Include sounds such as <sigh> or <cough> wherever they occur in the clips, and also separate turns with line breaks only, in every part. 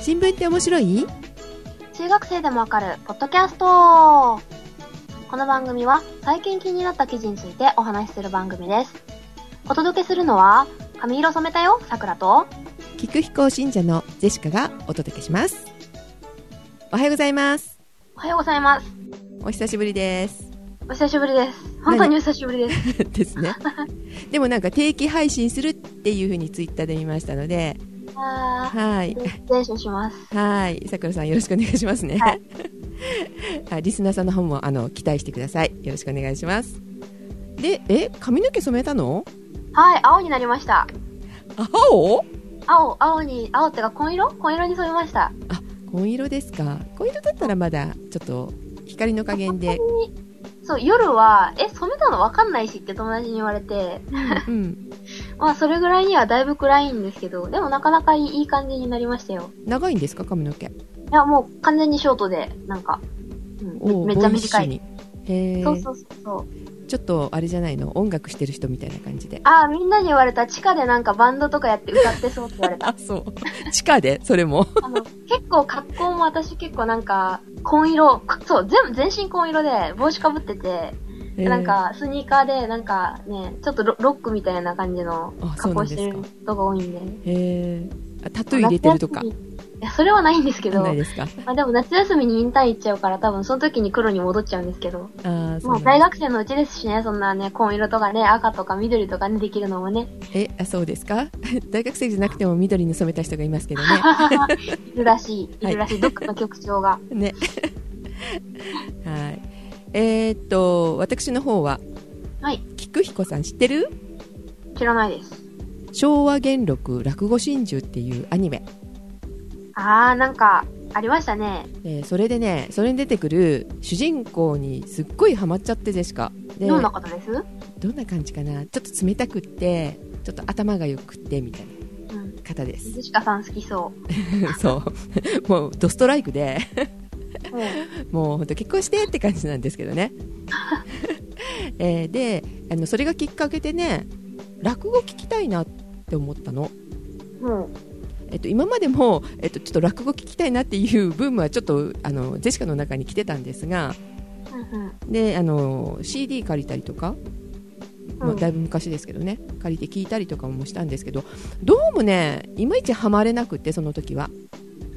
新聞って面白い
中学生でもわかるポッドキャストこの番組は最近気になった記事についてお話しする番組ですお届けするのは髪色染めたよさくらと
菊彦信者のジェシカがお届けしますおはようございます
おはようございます
お久しぶりです <laughs>
お久しぶりです本当にお久しぶりです
です
<laughs>
ねでもなんか定期配信するっていうふうにツイッターで見ましたので
あ
はい
ー失礼します
はいさくらさんよろしくお願いしますね、
はい
<laughs> あリスナーさんの方もあの期待してくださいよろしくお願いしますでえ髪の毛染めたの
はい青になりました
青
青青に青ってか紺色紺色に染めました
紺色ですか紺色だったらまだちょっと光の加減
<laughs>
で、
そう夜はえ染めたのわかんないしって友達に言われて
うん、
まあそれぐらいにはだいぶ暗いんですけどでもなかなかいいいい感じになりましたよ
長いんですか髪の毛
いや、もう完全にショートで、なんか、うん、
おー
めめっちゃ短
ボーイ
い。
ッシュにへえ
そうそうそうそう。
ちょっとあれじゃないの音楽してる人みたいな感じで
あー、みんなに言われた、地下でなんかバンドとかやって歌ってそうって言われ
<laughs>
た。
あそう地下でそれも
あの、結構格好も私結構なんか、紺色、くそう、全部、全身紺色で、帽子かぶってて、
へー
<laughs> なんか、スニーカーで、なんかね、ちょっとロロックみたいな感じの
あそうな
格好
んで
し
す
て
か
る人が多いんで。
へえあタトゥー入れてるとか
夏休みいや、それはないんですけど、
ないですか
まあでも夏休みにインターン行っちゃうから、多分その時に黒に戻っちゃうんですけど。
あーそう
も
な
うん
だ
大学生のうちですしね、そんなね、紺色とかね、赤とか緑とかね、できるの
<laughs>
もね、
えあそうですか <laughs> 大学生じゃなくても緑に染めた人がいますけどね
<laughs> いるらしい、
はい
いるらしい、どっかの局長が。
ね。 <laughs> はい。えーっと、私の方は、
はい、
菊彦さん知ってる
知らないです。
昭和元禄落語真珠っていうアニメ。
あー、なんか、ありましたね。
えーそれでね、それに出てくる主人公にすっごいハマっちゃってジェシカ。で、
どんな方です
どんな感じかなちょっと冷たくって、ちょっと頭が良くってみたいな
うん。
方
<laughs>
です。
ジシカさん好きそ
そう。もうドストライクで、
う。も
もう本当結婚してって感じなんですけど
<laughs>
ね。えーであのそれがきっかけでね落語聞きたいなって思ったの、
う、も
えっと、今までも、えっと、ちょっと落語聞きたいなっていうブームはちょっとあのジェシカの中に来てたんですが
う、うん
であの CD 借りたりとか、
うん。
まあ、だいぶ昔ですけどね借りて聞いたりとかもしたんですけどどうもねいまいちハマれなくってその時は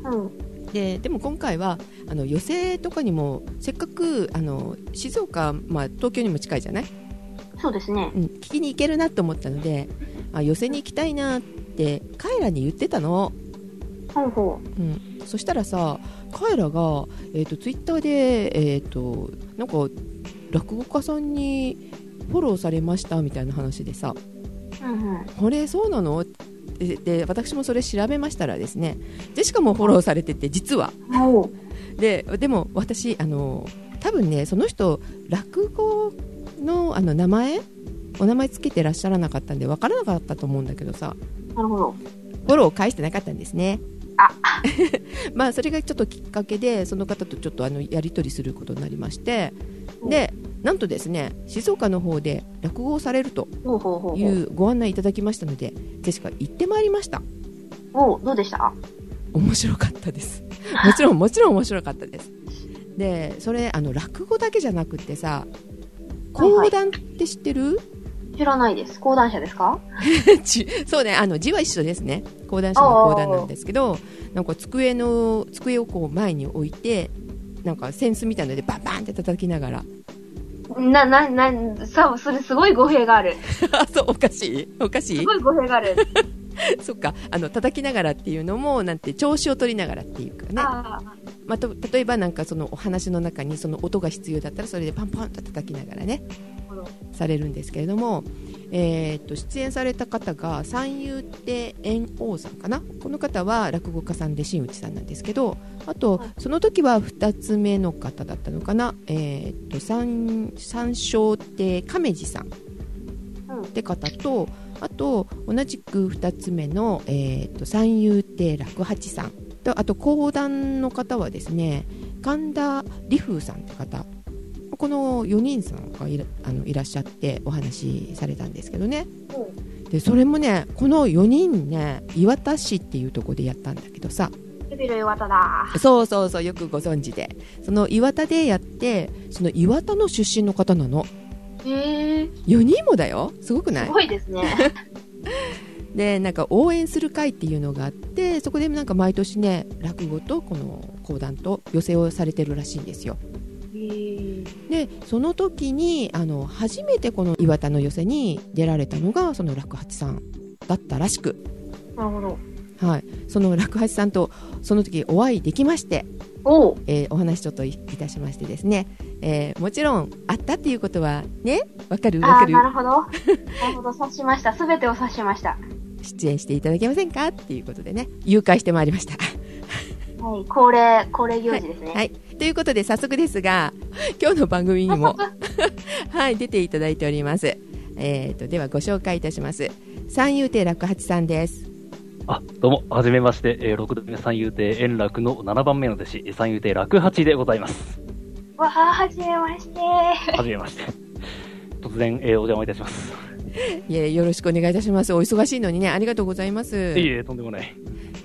うん。
ででも今回はあの寄席とかにもせっかくあの静岡、まあ、東京にも近いじゃない
そうですね。
うん、聞きに行けるなと思ったのであ寄せに行きたいなってカエラに言ってたの、
ほうほう。
うん、そしたらさカエラが、えー、とツイッターで、えー、となんか落語家さんにフォローされましたみたいな話でさ
うんうん。
これそうなのでで私もそれ調べましたらですねジェシカもフォローされてて実は
もう。
ででも私あの多分ねその人落語のあの名前お名前つけてらっしゃらなかったんで分からなかったと思うんだけどさ
なるほど。
フォローを返してなかったんですね
あ
<laughs> まあそれがちょっときっかけでその方とちょっとあのやり取りすることになりまして
うん
でなんとですね静岡の方で落語をされると
ほうほうほう
い
ほう。
うご案内いただきましたのでジェシカ行ってまいりました
もう、どうでした
面白かったですもちろ <laughs> んもちろん面白かったですでそれあの落語だけじゃなくってさ講談って知ってる、
知らないです。講談社ですか
<laughs> ちそうねあの字は一緒ですね講談社の講談なんですけどなんか机の机をこう前に置いてなんか扇子みたいのでバンバンって叩きながら
な、な、な、さ、それすごい語弊がある。
あ <laughs> そうおかしいおかし
す
い
ごい語弊がある。
そっかあの叩きながらっていうのもなんて調子を取りながらっていうかね
あー
まあ、と例えばなんかそのお話の中にその音が必要だったらそれでパンパンと叩きながらね
ほど
されるんですけれども、えー、と出演された方が三遊亭猿翁さんかなこの方は落語家さんで新内さんなんですけどあと
はい
その時は2つ目の方だったのかな、えー、と三三笑亭亀治さん
うん
っ。て方とあと同じく2つ目の、えー、と三遊亭楽八さんとあと講談の方はですね神田理風さんって方この4人さんがいらあのいらっしゃってお話しされたんですけどね
うん
でそれもねこの4人ね磐田市っていうところでやったんだけどさ
唇岩田だ。
そうそうそうよくご存知でその岩田でやってその岩田の出身の方なの
へえ、す
4人もだよすごくない
ごいですね。
でなんか応援する会っていうのがあってそこでなんか毎年ね落語とこの講談と寄せをされてるらしいんですよ
へえ、
でその時にあの初めてこの岩田の寄せに出られたのがその落八さんだったらしく、
<laughs> なるほど。
はい、その落八さんとその時お会いできまして、
おう、
えーお話ちょっといいたしましてですね、えーもちろん会ったっていうことはねわかるわ
あ
か
あ、
る
なるほど。なるほど、察しました。すべてを察しました。
出演していただけませんかっていうことでね誘拐してまいりました。
はい、恒例、恒例行事ですね。
はい、ということで早速ですが <laughs> 今日の番組にも
早、
はい、出ていただいております、えー、とではご紹介いたします三遊亭楽八さんです
あ、どうも、はじめまして、えー、六代目三遊亭円楽の7番目の弟子、三遊亭楽八でござい
<laughs>
ます。
わあ、はじめまして。
はじめまして。突然、えーお邪魔いたします。
いえよろしくお願いいたしますお忙しいのにねありがとうございます
いえいえ、とんでもない。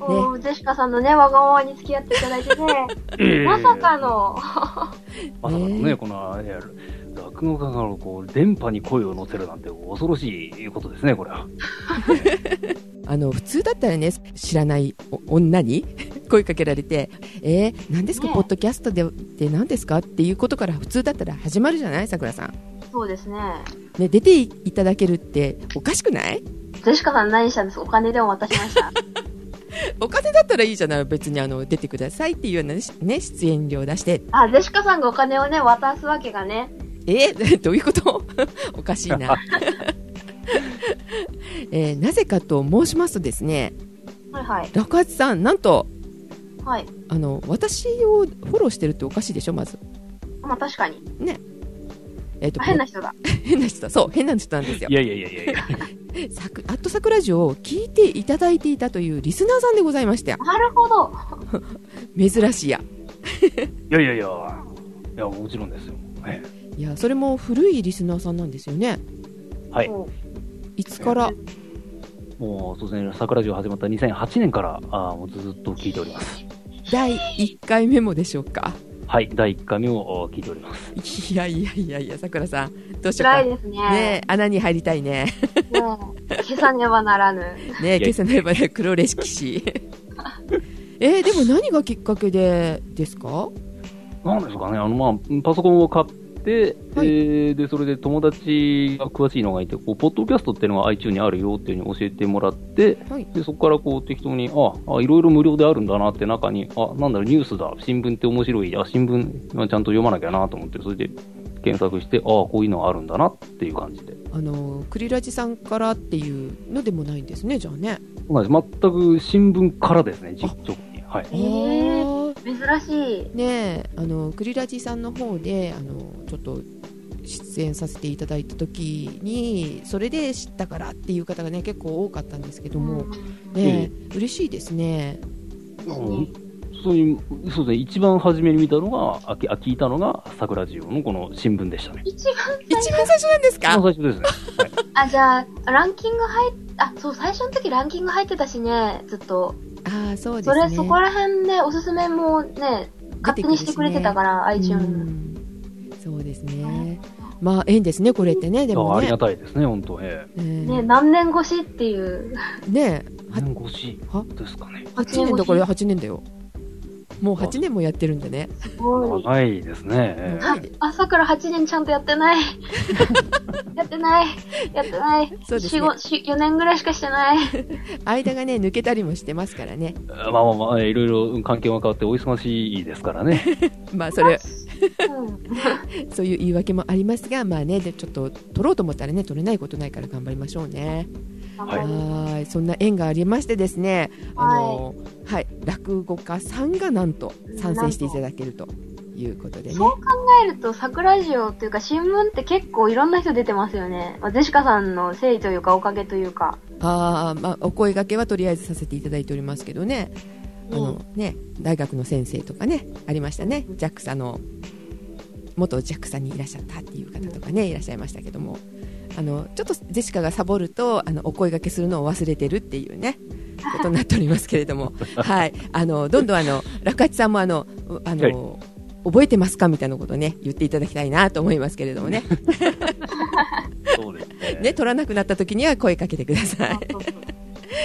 おうジェシカさんのね、わがままに付き合っていただいてね。 <laughs> まさか。の。
<laughs> まさかの
ねえ
ね、この、えー落語家がこう、電波に声を乗せるなんて恐ろしいことですね、これは。
あの普通だったらね知らないお女に <laughs> 声かけられて「えー、何ですか、
ねえ
ポッドキャストでって何ですか?」っていうことから普通だったら始まるじゃないさくらさん、
そうですね。
ね、出ていただけるっておかしくない
ジェシカさん何したんですかお金でも渡しま
<laughs>
した。
お金だったらいいじゃない別にあの出てくださいっていうようなねしね出演料出して
あ、ジェシカさんがお金をね、渡すわけがね。
えーどういうこと <laughs> おかしいな、 <laughs> えーなぜかと申しますとですね
はいはい。
楽八さんなんと
はい。
あの私をフォローしてるっておかしいでしょまず、
まあ確かに。
えー、と
あ変な人だ。
変な人だそう変な人なんですよ
いやいやい
<laughs>
やいやいや。
さくアットサクラジオを聞いていただいていたというリスナーさんでございまして
なるほど。
珍しいや
いやいやいや。いや、もちろんですよ。ね
いやそれも古いリスナーさんなんですよね
はい。
おう
いつから
もう、突然、桜城始まった2008年から、あーもうずっと聞いております。
第1回目もでしょうか
はい、第1回目を聞いております。
いやいやいやいやさくらさんどうしようか
辛いですね。
ねえ穴に入りたいね
ねえ消さねばなら
<laughs>
ぬ。
ねえ
いや
今朝のエヴァで黒レシピ <laughs> しえーでも何がきっかけでですか
なんですかね、あの、まあ、パソコンを買って、
はい
えーで、それで友達が詳しいのがいて、こう、ポッドキャストっていうのが iTunes にあるよっていうふうに教えてもらって、
はい
で、そこからこう、適当に、あ、あ、いろいろ無料であるんだなって中に、あ、なんだろう、ニュースだ、新聞って面白い、あ、新聞はちゃんと読まなきゃなと思って、それで検索して、あ、こういうのがあるんだなっていう感じで。
あのクリラジさんからっていうのでもないんですねじゃあね
そうなんです。全く新聞からですね、実
あ
直に。はい。
え
あー
珍しい。
ねえあのクリラジさんの方であのちょっと出演させていただいた時にそれで知ったからっていう方がね結構多かったんですけども、
ん
ねえ嬉しいですね
です
う
ね
んそういう、そうですね、一番初めに見たのが、あきあ聞いたのが、桜ジオのこの新聞でしたね。
一番、
一番最初なんです
一番
か
最初ですね。
あ、じゃあ、ランキング入っ、あ、そう、最初の時ランキング入ってたしね、ずっと。
ああそうです
そ
ね
れ、そこら辺ね、おすすめもね、勝手にしてくれてたから、
う
iTunes。
んそうですねまあ縁ですねこれってねで
あ
も
あり
ね
がたいですね、本当ええ。
うん
ね、何年越しっていう。
ね
何年越し
は
ですかね。
8年だから8年だよもう8年もやってるんでね
すごい。
長いですね。ええ
長い
<laughs> 朝から8年ちゃんとやってない。
<laughs>
やってない。やってない。
そうですね
4年ぐらいしかしてない。
間がね抜けたりもしてますからね
まあまあまあ、いろいろ関係は変わってお忙しいですからね。
まあそれ
うん
そういう言い訳もありますが、まあね、でちょっと取ろうと思ったらね、取れないことないから頑張りましょうね。
は
はいーい、そんな縁がありましてですね、あのーはい、落語家さんがなんと参戦していただけるということでね。
そう考えると、桜ジオっていうか、新聞って結構いろんな人出てますよね。まあ、ゼシカさんの誠意というか、おかげというか。
あーまあ、お声掛けはとりあえずさせていただいておりますけどね、あのね、大学の先生とかね、ありましたね、ジャックさんの元ジャックさんにいらっしゃったっていう方とかね、いらっしゃいましたけども。あのちょっとジェシカがサボるとあのお声掛けするのを忘れてるっていうねことになっておりますけれども、はい、あのどんどんあの楽八さんもあのうあの、覚えてますかみたいなことをね言っていただきたいなと思いますけれどもね、
そうですね。
ね取らなくなった時には声かけてください。
そうそう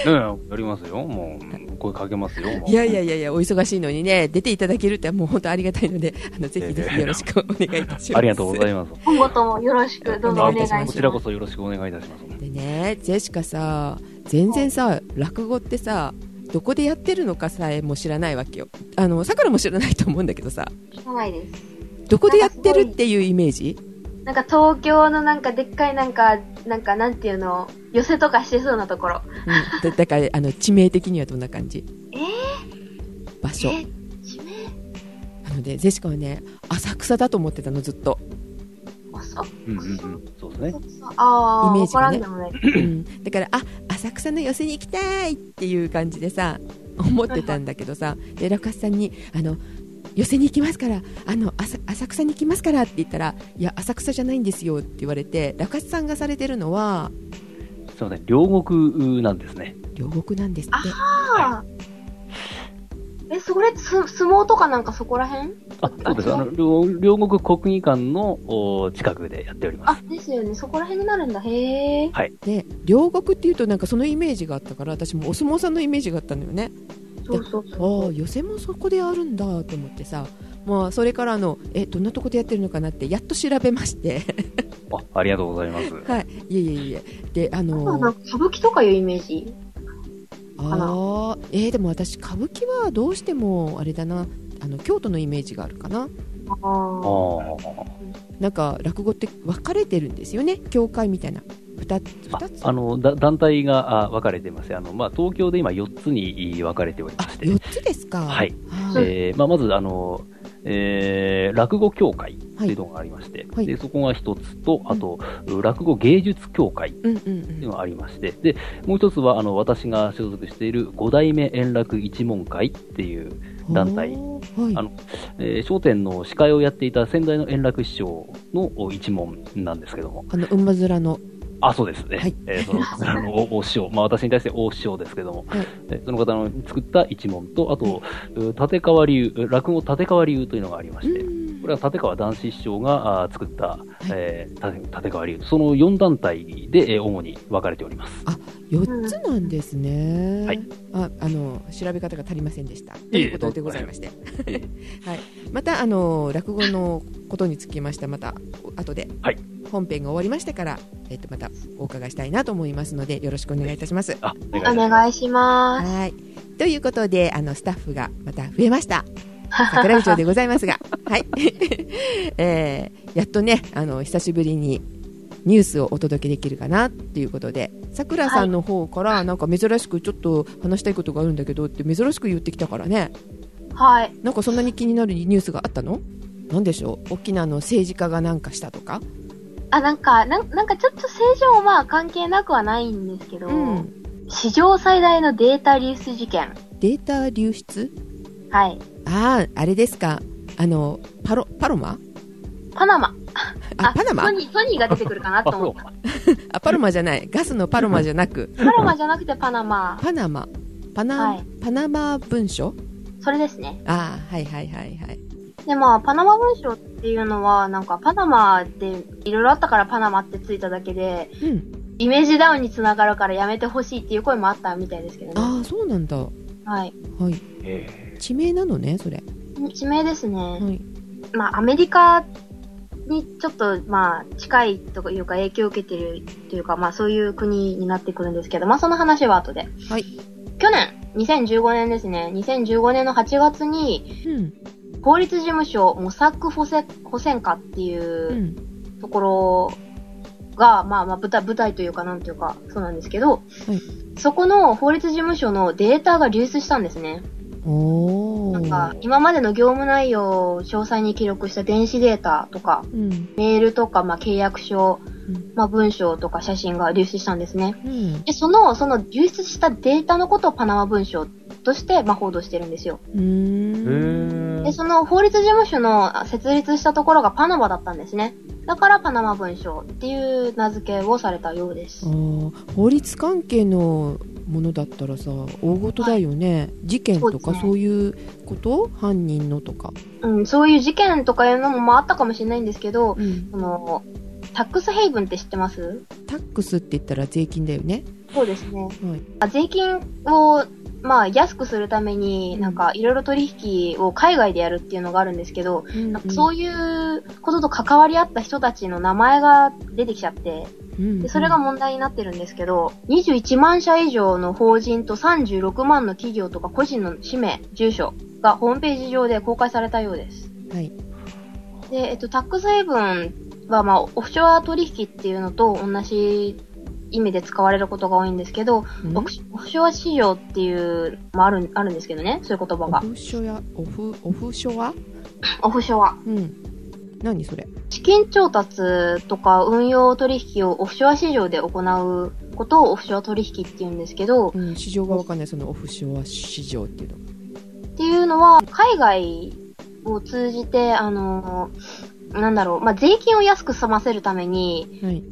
うん、やりますよ。もう、声かけますよ。もう
いやいやいやいや、お忙しいのにね、出ていただけるって、もう本当ありがたい
<laughs>
ので、あのぜひぜひよろしくお願いいたします。
ありがとうございます。
今後ともよろしくどうぞお願いし
あ
ま
こ
す
ちらこそよろしくお願いいたします。
でね、ジェシカさ、全然さ、落語ってさ、どこでやってるのかさえも知らないわけよ。あの、さくらも知らないと思うんだけどさ、
聞かないです
どこでやってるっていうイメージ
なんか東京のなんかでっかいなんかなんかなんていうの寄せとかしてそうなところ
うんだだから、あの、致命的にはどんな感じ
え
場所。
え地名
なので、ジェシカはね、浅草だと思ってたの、ずっと。
あそう
うんうんうん。そうですね。
あ
イメー
ーわ
ジ
か
が
ら
ね
んでもないです
うんだからあ浅草の寄せに行きたいっていう感じでさ思ってたんだけどさでラカスさんにあの寄せに行きますからあの浅浅草に行きますからって言ったらいや浅草じゃないんですよって言われてラカスさんがされてるのは
すいません。両国なんですね。
両国なんですって
あーえそれす相撲とかなんかそこら辺
あ、そうです。あの、両両国国技館のお近くでやっております。
あですよねそこら辺になるんだへえ
で両国っていうとなんかそのイメージがあったから私もお相撲さんのイメージがあったのよね
そうそう
あ
そ
ー
う
寄せもそこであるんだと思ってさまあそれからあのえどんなとこでやってるのかなってやっと調べまして、 <laughs>
あありがとうございます。
はい、いえいえいえであの
なんか歌舞伎とかいうイメージかな
ああえーでも私歌舞伎はどうしてもあれだなあの京都のイメージがあるかな
あ
あ
ー
ー
なんか落語って分かれてるんですよね教会みたいな2つ
あ
二つ
あのだ団体があ分かれてますあの、まあ、東京で今4つに分かれておりま
あ
して
四つですか
はい、
は
そう
い
えーまあ、まずあの、えー落語協会っていうのがありまして、
はい
でそこが一つと、あと、落語芸術協会って
うんうん
いううんのがありまして、でもう一つはあの私が所属している五代目円楽一門会っていう、団体
ほうはい
あのえー笑点の司会をやっていた先代の円楽師匠のお一門なんですけども、
あの馬面の
あ、そうですね。
はい
えー
<laughs>
その、あの、お大師匠。まあ、私に対して大師匠ですけども、
はい
えーその方の作った一門と、あと、う立川流、う落語立川流というのがありまして、
うん
これは立川談志師匠があー作った、
い
えー立立川流、その4団体で、えー主に分かれております。
4つなんですね、
はい
ああの調べ方が足りませんでしたと
えいえ
いうことでございまして、
え
はい、またあの落語のことにつきましてまた後で、
はい
本編が終わりましたから、えっと、またお伺いしたいなと思いますのでよろしくお願いいたします。
あ、お
お
願いします。
願いします
はいということであのスタッフがまた増えました桜部長でございますが、はい <laughs> えーやっとねあの久しぶりにニュースをお届けできるかなっていうことでさくらさんの方からなんか珍しくちょっと話したいことがあるんだけどって珍しく言ってきたからね
<laughs> はい
なんかそんなに気になるニュースがあったのなんでしょう沖縄の政治家がなんかしたとか、
あ、なんか、なんなんかちょっと正常まあ関係なくはないんですけど、
うん、
史上最大のデータ流出事件。
データ流出
はい。
あああれですかあのパロパロマ
パナマ。
あパナマ
トニー、トニーが出てくるかな
あ、
と
そ
思っ
う
<laughs> た。
か。
あパロマじゃないガスのパロマじゃなく
パナマじゃなくてパナマ。
パナマパナ,、
はい
パナマ文書
それですね。
ああはいはいはいはい
で、まあ、パナマ文書っていうのは、なんかパナマでいろいろあったからパナマってついただけで、
うん
イメージダウンにつながるからやめてほしいっていう声もあったみたいですけどね。
ああそうなんだは
はい。
い
え
地名なのねそれ
地名ですね。
はい
まあ、アメリカにちょっと、まあ、近いというか、影響を受けてるというか、まあ、そういう国になってくるんですけど、まあ、その話は後で。
はい
去年、2015年ですね、2015年の8月に、
うん
法律事務所、モサック補正補選課っていううんところが、まあ、まあ、舞台、舞台というか、なんというか、そうなんですけど、
はい
そこの法律事務所のデータが流出したんですね。
おお
なんか、今までの業務内容を詳細に記録した電子データとか、
うん
メールとか、まあ、契約書、
うん
まあ、文章とか写真が流出したんですね。
うん
で、その、その流出したデータのことをパナマ文書として、まあ、報道してるんですよ。
うー
ー
ん
へ
で、
ー
その法律事務所のあ設立したところがパナマだったんですね。だからパナマ文書っていう名付けをされたようです。
あー法律関係のものだったらさ大事だよね、事件とか
そ
そういうこと犯人のとか、
うん、そういう事件とかいうのもまああったかもしれないんですけど、
うん
その、タックスヘイブンって知ってます
タックスって言ったら税金だよね、
そうですね。
はい
あ税金を、まあ、安くするために、なんか、いろいろ取引を海外でやるっていうのがあるんですけど、なんかそういうことと関わり合った人たちの名前が出てきちゃって、
うん
でそれが問題になってるんですけど、21万社以上の法人と36万の企業とか個人の氏名、住所がホームページ上で公開されたようです。
はい
で、えっと、タックスヘイブンは、まあ、オフショア取引っていうのと同じ意味で使われることが多いんですけど、
うん
オフシオフショア市場っていう、まあ、ある、あるんですけどね、そういう言葉
オ
が。
フショアオフオフショア
オフショア。
うん何それ
資金調達とか運用取引をオフショア市場で行うことをオフショア取引って言うんですけど、
うん、市場がわかんないそのオフショア市場っていうの
っていうのは、海外を通じて、あの、なんだろう、まあ、税金を安く済ませるために、
はい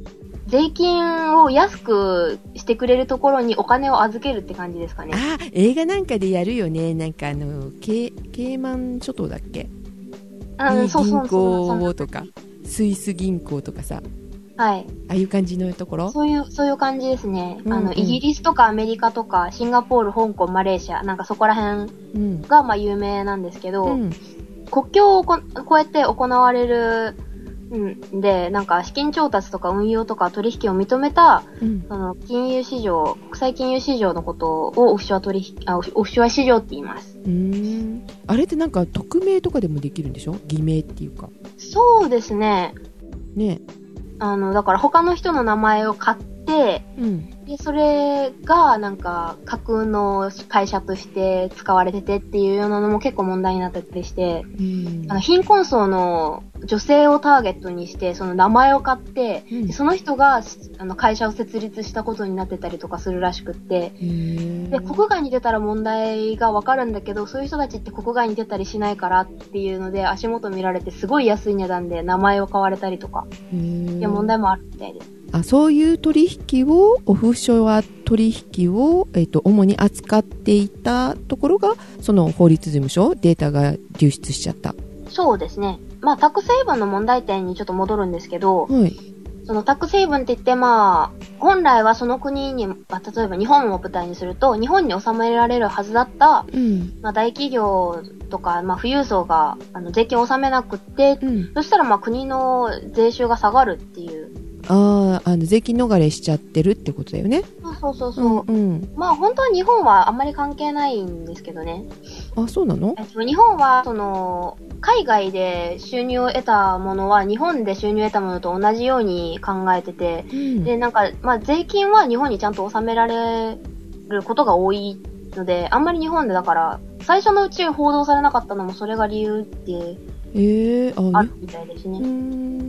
税金を安くしてくれるところにお金を預けるって感じですかね。
あ映画なんかでやるよねなんかあのケーケーマン諸島だっけ、
う
に
ん、そうそう
銀
そうそ
行
う。
をとかスイス銀行とかさ
はい。
ああいう感じのところ
そういう、そういう感じですね。
う
あ
んう
の、
ん
イギリスとかアメリカとか、シンガポール、香港、マレーシア、なんかそこら辺
うん、
が、まあ、有名なんですけど、
うん、
国境をここうやって行われる、うん、で、なんか資金調達とか運用とか取引を認めた、
うん
その、金融市場、国際金融市場のことをオフショア取引、あオフオフショア市場って言います。
うーんあれってなんか匿名とかでもできるんでしょ偽名っていうか
そうですね。
ね
あの、だから他の人の名前を買って、
うん
で、それが、なんか、架空の会社として使われててっていうようなのも結構問題になってたりして、
うん
あの、貧困層の女性をターゲットにして、その名前を買って、
うん
でその人が、あの、会社を設立したことになってたりとかするらしくって、
へー
で、国外に出たら問題がわかるんだけど、そういう人たちって国外に出たりしないからっていうので、足元見られて、すごい安い値段で名前を買われたりとか、
へー
いや、問題もあるみたいです。
あそういう取引をオフショア取引を、えっと主に扱っていたところがその法律事務所データが流出しちゃった、
そうですね。まあ、タックスヘイブンの問題点にちょっと戻るんですけど、
はい
そのタック成分って言って、まあ、本来はその国に、まあ、例えば日本を舞台にすると、日本に収められるはずだった、
うん
まあ、大企業とか、まあ、富裕層が、あの、税金を納めなくって、
うん、
そしたら、まあ、国の税収が下がるっていう。
あーあの税金逃れしちゃってるってことだよね
そうそうそうそう。
うん、
まあ、本当は日本はあんまり関係ないんですけどね。
あそうなの
えっと、日本は、その、海外で収入を得たものは、日本で収入を得たものと同じように考えてて、
うん
で、なんか、まあ、税金は日本にちゃんと納められることが多いので、あんまり日本でだから、最初のうち報道されなかったのもそれが理由って
えー、
あ
あ
るみたいです
う
ね。
ーん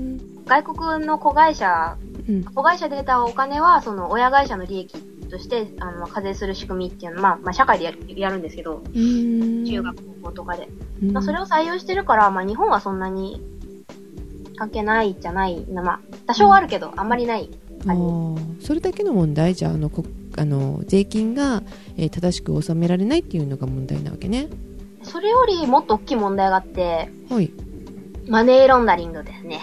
外国の子会社、
うん
子会社で得たお金は、その親会社の利益として、あの、課税する仕組みっていうのは、まあ、まあ、社会でやるやるんですけど、
うーん
中学高校とかで。
うん
まあ、それを採用してるから、まあ、日本はそんなに関係ないじゃないな、まあ、多少はあるけど、あんまりない
あ
感じ。
ーそれだけの問題じゃああのこあの税金が、えー正しく納められないっていうのが問題なわけね
それよりもっと大きい問題があって、
はい
マネーロンダリングですね。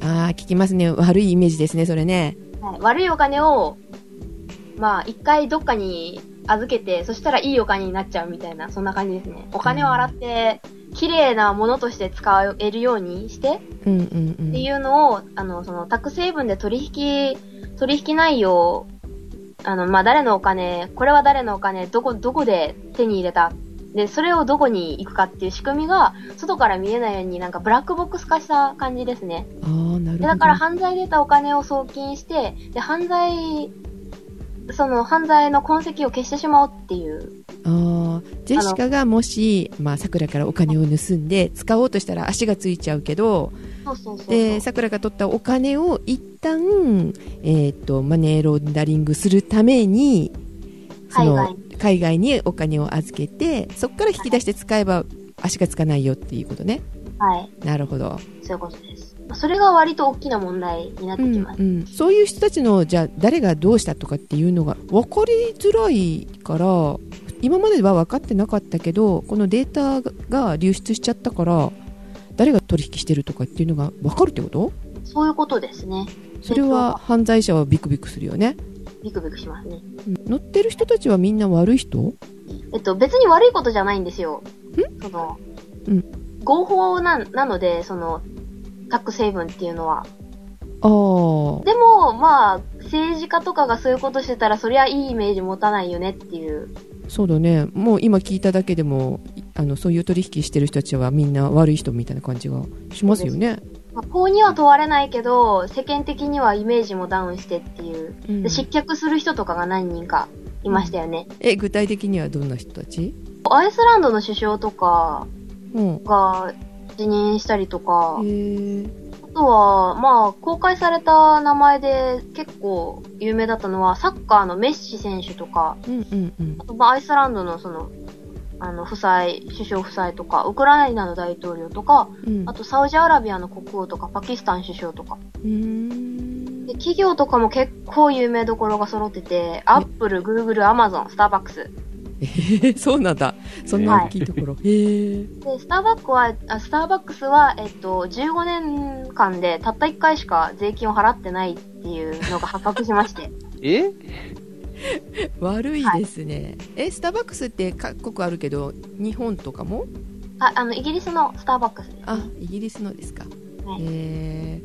ああ聞きますね悪いイメージですねそれね
はい、悪いお金を、まあ、一回どっかに預けて、そしたらいいお金になっちゃうみたいな、そんな感じですね。お金を洗って、綺麗なものとして使えるようにして、
うんうんうん
っていうのを、あの、その、タック成分で取引、取引内容、あの、まあ、誰のお金、これは誰のお金、どこ、どこで手に入れた。で、それをどこに行くかっていう仕組みが、外から見えないようになんかブラックボックス化した感じですね。
ああなるほど
でだから犯罪で得たお金を送金して、で、犯罪、その犯罪の痕跡を消してしまうっていう。
あージェシカがもしまあ、さくらからお金を盗んで使おうとしたら足がついちゃうけど
そうそうそうそう。
でさくらが取ったお金を一旦、えー、とマネーロンダリングするためにそ
海
の
外
海外にお金を預けてそこから引き出して使えば足がつかないよっていうことね
はい。
なるほど
そういうことです。まあそれが割と大きな問題になって
う
き
ん
ます。
うん、そういう人たちのじゃあ誰がどうしたとかっていうのが分かりづらいから今までは分かってなかったけどこのデータが流出しちゃったから誰が取引してるとかっていうのが分かるってこと
そういうことですね。
それは犯罪者はビクビクするよね、
ビクビクしますね。
うん乗ってる人たちはみんな悪い人
えっと、別に悪いことじゃないんですよ。その、
うん
合法な、なので、その、タック成分っていうの
ああ
は。でも、まあ、政治家とかがそういうことしてたら、そりゃいいイメージ持たないよねっていう。
そうだねもう今聞いただけでもいあのそういう取引してる人たちはみんな悪い人みたいな感じがしますよね、
まあ、法には問われないけど、世間的にはイメージもダウンしてっていう。
うん
で、失脚する人とかが何人かいましたよね。
え具体的にはどんな人たち、
アイスランドの首相とか
うん
が辞任したりとか、
へえ
あとは、まあ、公開された名前で結構有名だったのは、サッカーのメッシ選手とか、
うんうんうん
あとまあアイスランドのその、あの、夫妻、首相夫妻とか、ウクライナの大統領とか、
うん
あとサウジアラビアの国王とか、パキスタン首相とか。
うーん
で、企業とかも結構有名どころが揃ってて、アップル、グーグル、アマゾン、スターバックス。
へえそうなんだそんな大きいところ、へえ
で、スターバックは、あスターバックスは、えっと、15年間でたった1回しか税金を払ってないっていうのが発覚しまして。
え
悪いですね、えスターバックスって各国あるけど日本とかも
あ、あの、イギリスのスターバックスです。
あイギリスのですか、
は
へ
い
え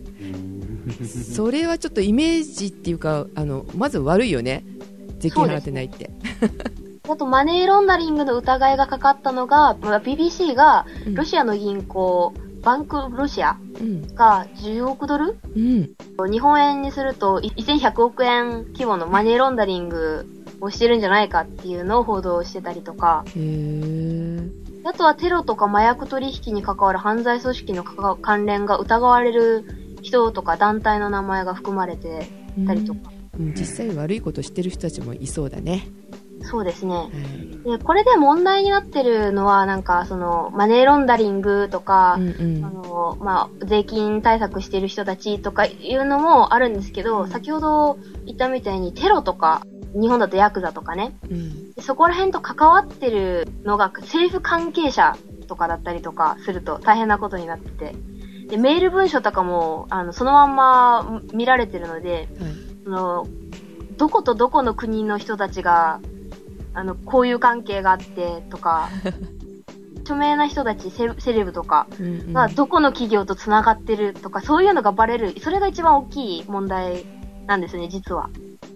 それはちょっとイメージっていうかあのまず悪いよね税金払ってないって
あと、マネーロンダリングの疑いがかかったのが、まあ BBC が、
うん
ロシアの銀行、バンクロシア
うん
が10億ドル
うん
日本円にするとい1100億円規模のマネーロンダリングをしてるんじゃないかっていうのを報道してたりとか、
へえ
あとはテロとか麻薬取引に関わる犯罪組織のかか関連が疑われる人とか団体の名前が含まれてたりとか。
うん実際悪いことしてる人たちもいそうだね、
そうですね。
はい
で、これで問題になってるのは、なんか、その、マネーロンダリングとか、
うんうん
あの、まあ、税金対策してる人たちとかいうのもあるんですけど、先ほど言ったみたいにテロとか、日本だとヤクザとかね、
うん
そこら辺と関わってるのが政府関係者とかだったりとかすると大変なことになってて、で、メール文書とかも、あの、そのまんま見られてるので、
はい
その、どことどこの国の人たちが、あの、こういう関係があって
<laughs>
とか、著名な人たち、セレセレブとか、
うんうん
がどこの企業とつながってるとか、そういうのがバレる、それが一番大きい問題なんですね、実は。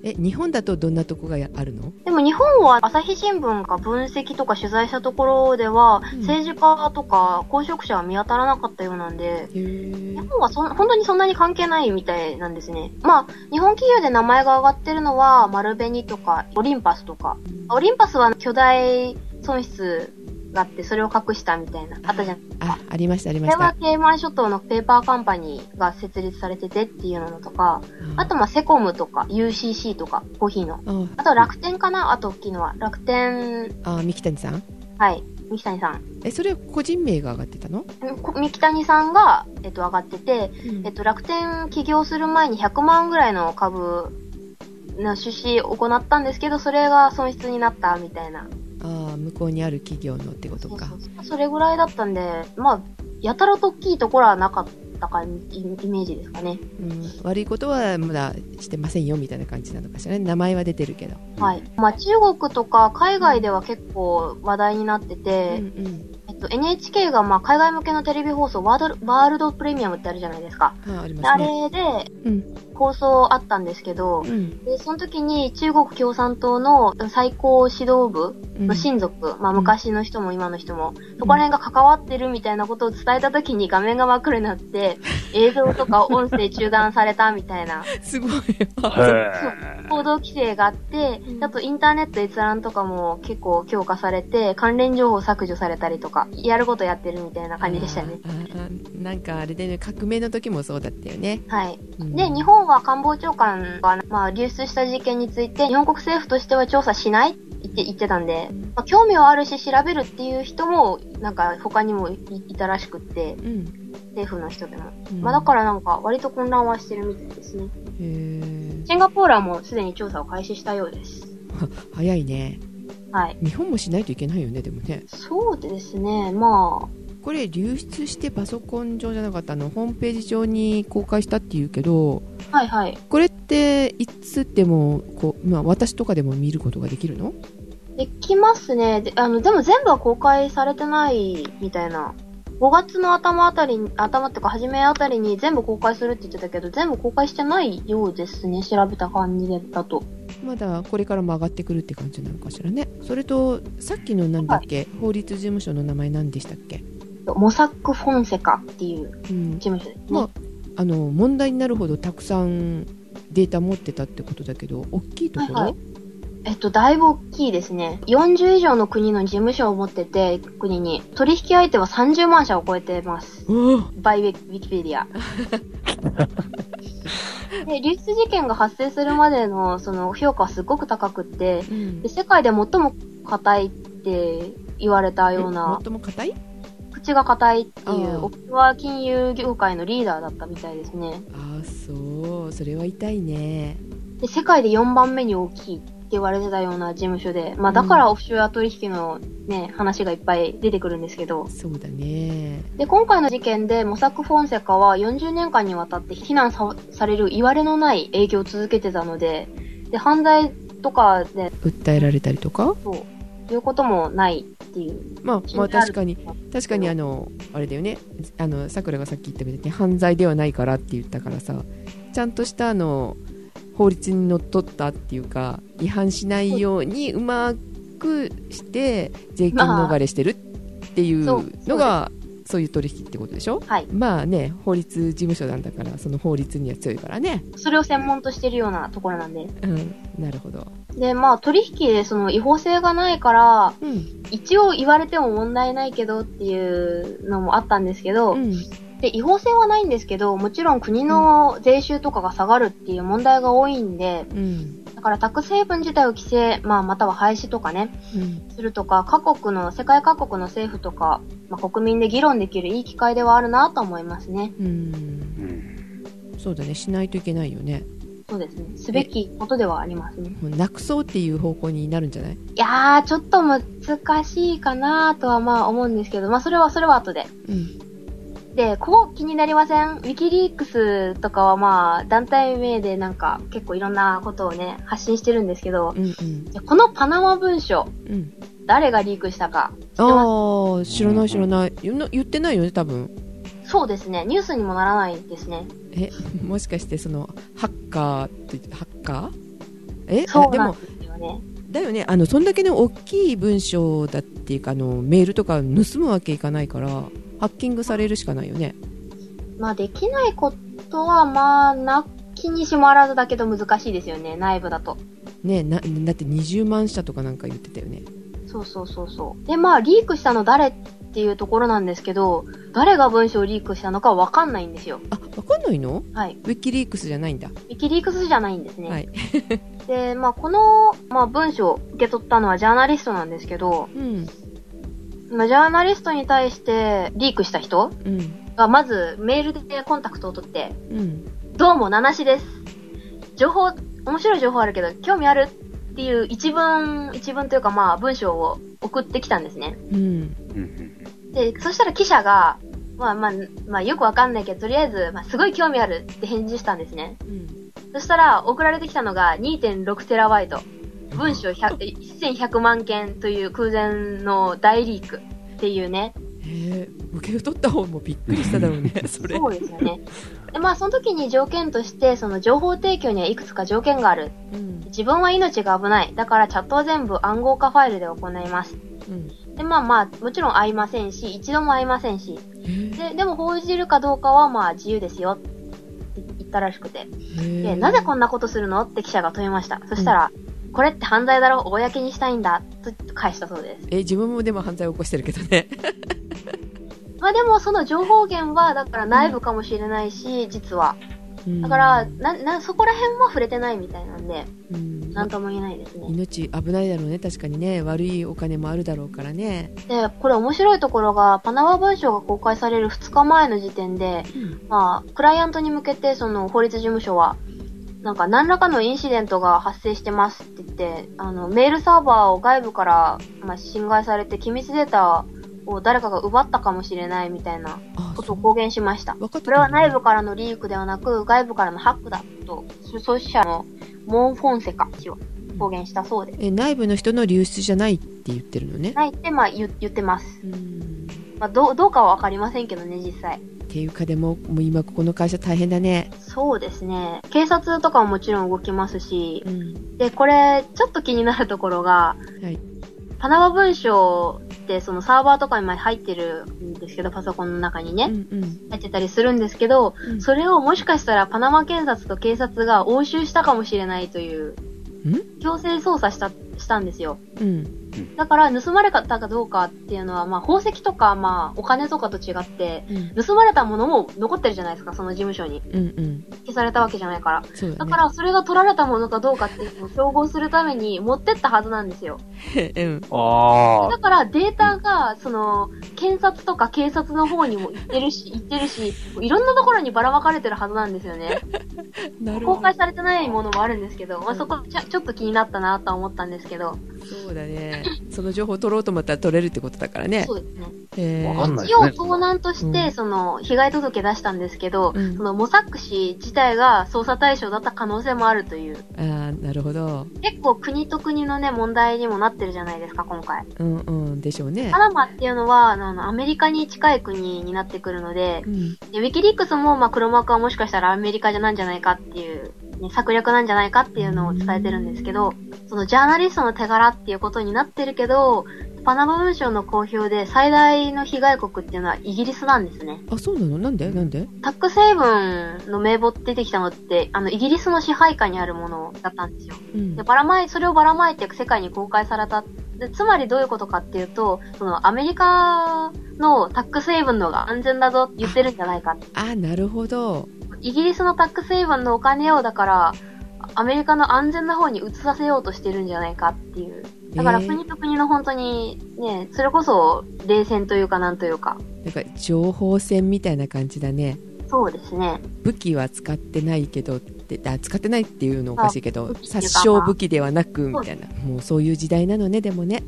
え日本だとどんなとこがあるの
でも日本は朝日新聞が分析とか取材したところでは、
うん
政治家とか公職者は見当たらなかったようなんで、
へえ
日本はそん本当にそんなに関係ないみたいなんですね。まあ、日本企業で名前が上がってるのは、丸紅とか、オリンパスとか。オリンパスは巨大損失があって、それを隠したみたいな、あったじゃん。
あありましたあり
こ
ま
れ
し
は
た
ケイマン諸島のペーパーカンパニーが設立されててっていうのとか、あとまあセコムとか UCC とかコーヒーの。
あ
あと楽天かなあと大きいのは。楽天、
あ三木谷さん
はい、三木谷さん。
えそれは個人名が上がってたの、
こ三木谷さんが、えっと、上がってて、えっと、楽天起業する前に100万ぐらいの株の出資を行ったんですけど、それが損失になったみたいな。
ああ向こうにある企業のってことか
そうそうそうそれぐらいだったんで、まあ、やたらと大きいところはなかったかイイメージですかね。
うん、悪いことはまだしてませんよみたいな感じなのかしらね名前は出てるけど、
はい。まあ、中国とか海外では結構話題になってて、
うんうん
えっと、NHK がまあ海外向けのテレビ放送ワード、ワールドプレミアムってあるじゃないですか。
ああり
で
ます
あ
ね
れで
うん
放送あったんですけど
う、ん
でその時に中国共産党の最高指導部
うん
の親族、まあ昔の人も今の人も、そこら辺が関わってるみたいなことを伝えた時に画面が真っ黒に
<laughs>
なって、映像とか音声中断されたみたいな。
すごい
報道規制があって、あとインターネット閲覧とかも結構強化されて、関連情報削除されたりとか、やることやってるみたいな感じでしたね。
あーあーなんかあれでね革命の時もそうだったよね、
はい。
うん
で、日本は官房長官が、まあ、流出した事件について、日本国政府としては調査しないって言って言ってたんで、まあ、興味はあるし調べるっていう人も、なんか他にもいいたらしくって、
うん
政府の人でも。
うん
まあだからなんか割と混乱はしてるみたいですね。
へえ
シンガポールはもうすでに調査を開始したようです。
<laughs> 早いね
はい。
日本もしないといけないよねでもね
そうですね、ま
これ流出してパソコン上じゃなかったあのホームページ上に公開したっていうけど
あ、はいはい。
これっていつでもこう、まあ、私とかでも見ることができるの
できますね。で、あの、でも全部は公開されてないみたいな。5月の頭あたりに、頭っていうか初めあたりに全部公開するって言ってたけど、全部公開してないようですね。調べた感じだと。
まだこれからも上がってくるって感じなのかしらねそれとさっきのなんだっけ、法律事務所の名前何でしたっけ、
モサック・フォンセカっていう
うん
事、務所ですね。
まああの問題になるほどたくさんデータ持ってたってことだけど大きいところ、
はいはいえっと、だいぶ大きいですね。40以上の国の事務所を持ってて、国に。取引相手は30万社を超えてます。
うわ
バイウィウィキペディア。で、流出事件が発生するまでの、その、評価はすごく高くって、
うん
で世界で最も硬いって言われたような、
最も硬い
口が硬いってい
ああ
う、僕は金融業界のリーダーだったみたいですね。
ああそうそれは痛いね
で、世界で4番目に大きいって言われてたような事務所で、まあだからオフショア取引のね、話がいっぱい出てくるんですけど、
そうだね
で、今回の事件でモサック・フォンセカは40年間にわたって非難さされる言われのない営業を続けてたので、で、犯罪とかで、
訴えられたりとか
そう、いうこともないっていう。
まあまあ確かに確かにあ
の、
のあれだよねあのさくらがさっき言ったみたいに犯罪ではないからって言ったからさちゃんとしたあの法律にのっとったっていうか違反しないようにうまくして税金逃れしてるっていう
まあそう
のがそういう取引ってことでしょ
はい。
まあね法律事務所なんだからその法律には強いからね、
それを専門としてるようなところなんで。
うん、なるほど、
で、まあ取引でその違法性がないから、
うん
一応言われても問題ないけどっていうのもあったんですけど、
うん、
で、違法性はないんですけど、もちろん国の税収とかが下がるっていう問題が多いんで、
うん
だからタックスヘイブン自体を規制、まあまたは廃止とかね、
うん
するとか、各国の、世界各国の政府とか、まあ国民で議論できるいい機会ではあるなと思いますね。
うん、
うん
そうだねしないといけないよね
そうですね。すべきことではありますね。
もうなくそうっていう方向になるんじゃない
いやー、ちょっと難しいかなとはまあ思うんですけど、まあそれはそれは後で。
うん
で、ここ気になりませんウィキリークスとかはまあ、団体名でなんか結構いろんなことをね、発信してるんですけど、
うんうん
このパナマ文書、
うん
誰がリークしたか知ってま
ああ知らない知らない言うの言ってないよね多分
すそうですね、ニュースにもならないですね。
えもしかしてそのハッカーってハッカーえ
そ
あ
う
で
なん
も
ですよね。
だよねあのそんだけの大きい文章だっていうかあのメールとか盗むわけいかないからハッキングされるしかないよね
まあ、できないことはまあ、なきにしもあらずだけど難しいですよね、内部だと。
ねなだって20万社とかなんか言ってたよね
そうそうそうそう。で、まあ、リークしたの誰っていうところなんですけど、誰が文章をリークしたのかわかんないんですよ。
あわかんないの
はい。
ウィキリークスじゃないんだ、
ウィキリークスじゃないんですね。
はい
で、まあ、この、まあ、文章を受け取ったのはジャーナリストなんですけど、
うん
まあ、ジャーナリストに対してリークした人
うん
が、まずメールでコンタクトを取って、
うん
どうも、ナナシです。情報、面白い情報あるけど、興味あるっていう一文、一文というかまあ、文章を送ってきたんですね。
うん
うんうん
で、そしたら記者が、まあまあ、まあよくわかんないけど、とりあえず、まあすごい興味あるって返事したんですね。
うん
そしたら、送られてきたのが2.6テラバイト。文章100 1100万件という空前の大リークっていうね。
へえ受け取った方もびっくりしただろうね <laughs> それ
そうですよね。で、まあその時に条件として、その情報提供にはいくつか条件がある。
うん
自分は命が危ない。だからチャットは全部暗号化ファイルで行います。
うん
で、まあまあ、もちろん会いませんし、一度も会いませんし。
へえ
で、でも報じるかどうかはまあ自由ですよって言ったらしくて。
へ
で、
え
なぜこんなことするのって記者が問いました。そしたら、これって犯罪だろ公にしたいんだと返したそうです。
え自分もでも犯罪を起こしてるけどね
まあでもその情報源は、だから内部かもしれないし、実は。
うん
だから、な、な、そこら辺は触れてないみたいなんで、
うん
なんとも言えないですね。
命危ないだろうね確かにね悪いお金もあるだろうからね、
で、これ面白いところが、パナマ文書が公開される2日前の時点で、まあ、クライアントに向けて、その、法律事務所は、なんか、何らかのインシデントが発生してますって言って、あの、メールサーバーを外部から、まあ、侵害されて、機密データを誰かが奪ったかもしれないみたいな
あ
こ
そ
とを
う
公言しました。
分かって
これは内部からのリークではなく、外部からのハックだと、創始者のモン・フォンセカ氏は公言したそうです。
え内部の人の流出じゃないって言ってるのね
ないって、まあ、言言ってます。
うん
まあ、どう、どうかはわかりませんけどね、実際。
っていうかでももう今ここの会社大変だね、
そうですね。警察とかももちろん動きますし、
うん、
で、これ、ちょっと気になるところが、
はい
パナマ文書って、そのサーバーとかにまあ入ってるんですけど、パソコンの中に
う
ね、
んうん
入ってたりするんですけど、
うん
それをもしかしたらパナマ検察と警察が押収したかもしれないという、強制捜査した、したんですよ。
うん
だから、盗まれたかどうかっていうのは、まあ、宝石とか、まあ、お金とかと違って、
うん
盗まれたものも残ってるじゃないですか、その事務所に。
うんうん
消されたわけじゃないから。
そうだね
だから、それが取られたものかどうかっていうのを競合するために持ってったはずなんです
<laughs>
よ。
うん
あ
だから、データが、その、検察とか警察の方にも行ってるし、行ってるし、いろんなところにばら分かれてるはずなんですよね。
なるほ
公
ど
開されてないものもあるんですけど、まあ、そこちょ、ちょっと気になったなとは思ったんですけど、
そうだねその情報を取ろうと思ったら取れるってことだからね
そうですね。
え
わかんない
一
です
応
ね
盗難とし
う
て、
ん
その、被害届出したんですけど、
うん
その、モサック氏自体が捜査対象だった可能性もあるという、
あーなるほど
結構国と国のね、問題にもなってるじゃないですか、今回。
うんうんでしょうね
パナマっていうのは、あの、アメリカに近い国になってくるので
う、ん
でウィキリックスも、まあ、黒幕はもしかしたらアメリカじゃなんじゃないかっていう、ね、策略なんじゃないかっていうのを伝えてるんですけど、そのジャーナリストの手柄っていうことになってるけど、パナマ文書の公表で最大の被害国っていうのはイギリスなんですね。
あそうなのなんでなんで
タック成分の名簿出てきたのって、あの、イギリスの支配下にあるものだったんですよ。
うん
で、ばらまい、それをばらまいて世界に公開された。で、つまりどういうことかっていうと、その、アメリカのタック成分のが安全だぞって言ってるんじゃないか。
あなるほど
イギリスのタックセイバーのお金を、だから、アメリカの安全な方に移させようとしてるんじゃないかっていう。だから
えー
国と国の本当に、ね、それこそ冷戦というかなんというか。
なんか情報戦みたいな感じだね
そうですね。
武器は使ってないけどってあ使ってないっていうのおかしいけ
あ武
ど
器っていうか
殺傷武器ではなくみたいなもうそういう時代なのねでもねね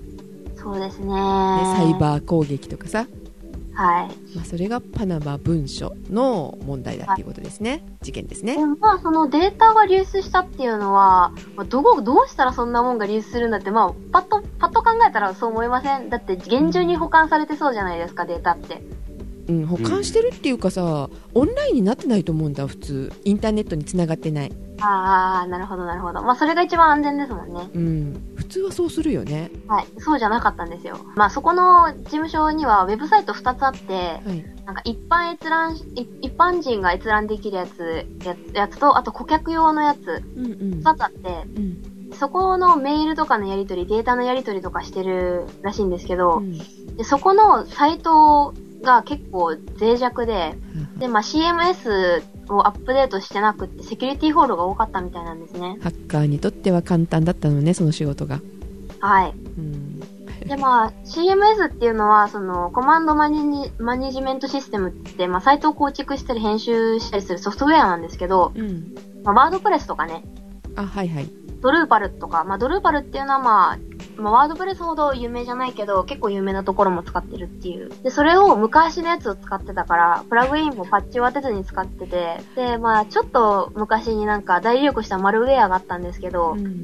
そうですね。
サ
サ
イバー攻撃とかさ、
はい。
まあ、それがパナマ文書の問題だっていうことですね事件ですね
でまあ、そのデータが流出したっていうのは、まあどこ、どうしたらそんなもんが流出するんだって、まあ、パッと、パッと考えたらそう思いませんだって、厳重に保管されてそうじゃないですか、データって。
うん保管してるっていうかさオンラインになってないと思うんだ普通インターネットに繋がってない
ああ、なるほど、なるほど。まあ、それが一番安全ですもんね。
うん普通はそうするよね
はい、そうじゃなかったんですよ。まあ、そこの事務所にはウェブサイト2つあって、
はい
なんか一般閲覧し、い一般人が閲覧できるやつ、やつやつと、あと顧客用のやつ、
うんうん
2つあって、
うん
そこのメールとかのやり取り、データのやり取りとかしてるらしいんですけ
う
ど、
ん
でそこのサイトが結構脆弱で、で、まあ、CMS をアップデートしてなくって、セキュリティホールが多かったみたいなんですね。
ハッカーにとっては簡単だったのねその仕事が
はい。
うん
で、まあ、CMS っていうのは、その、コマンドマネジマネジメントシステムって、まあ、サイトを構築したり編集したりするソフトウェアなんですけど、
うん
まあ、ワードプレスとかね、
あはいはい
ドルーパルとか、まあ、ドルーパルっていうのは、まあ、まあ、ワードプレスほど有名じゃないけど、結構有名なところも使ってるっていう。で、それを昔のやつを使ってたから、プラグインもパッチを当てずに使ってて、で、まあ、ちょっと昔になんか大流行したマルウェアがあったんですけど、
うん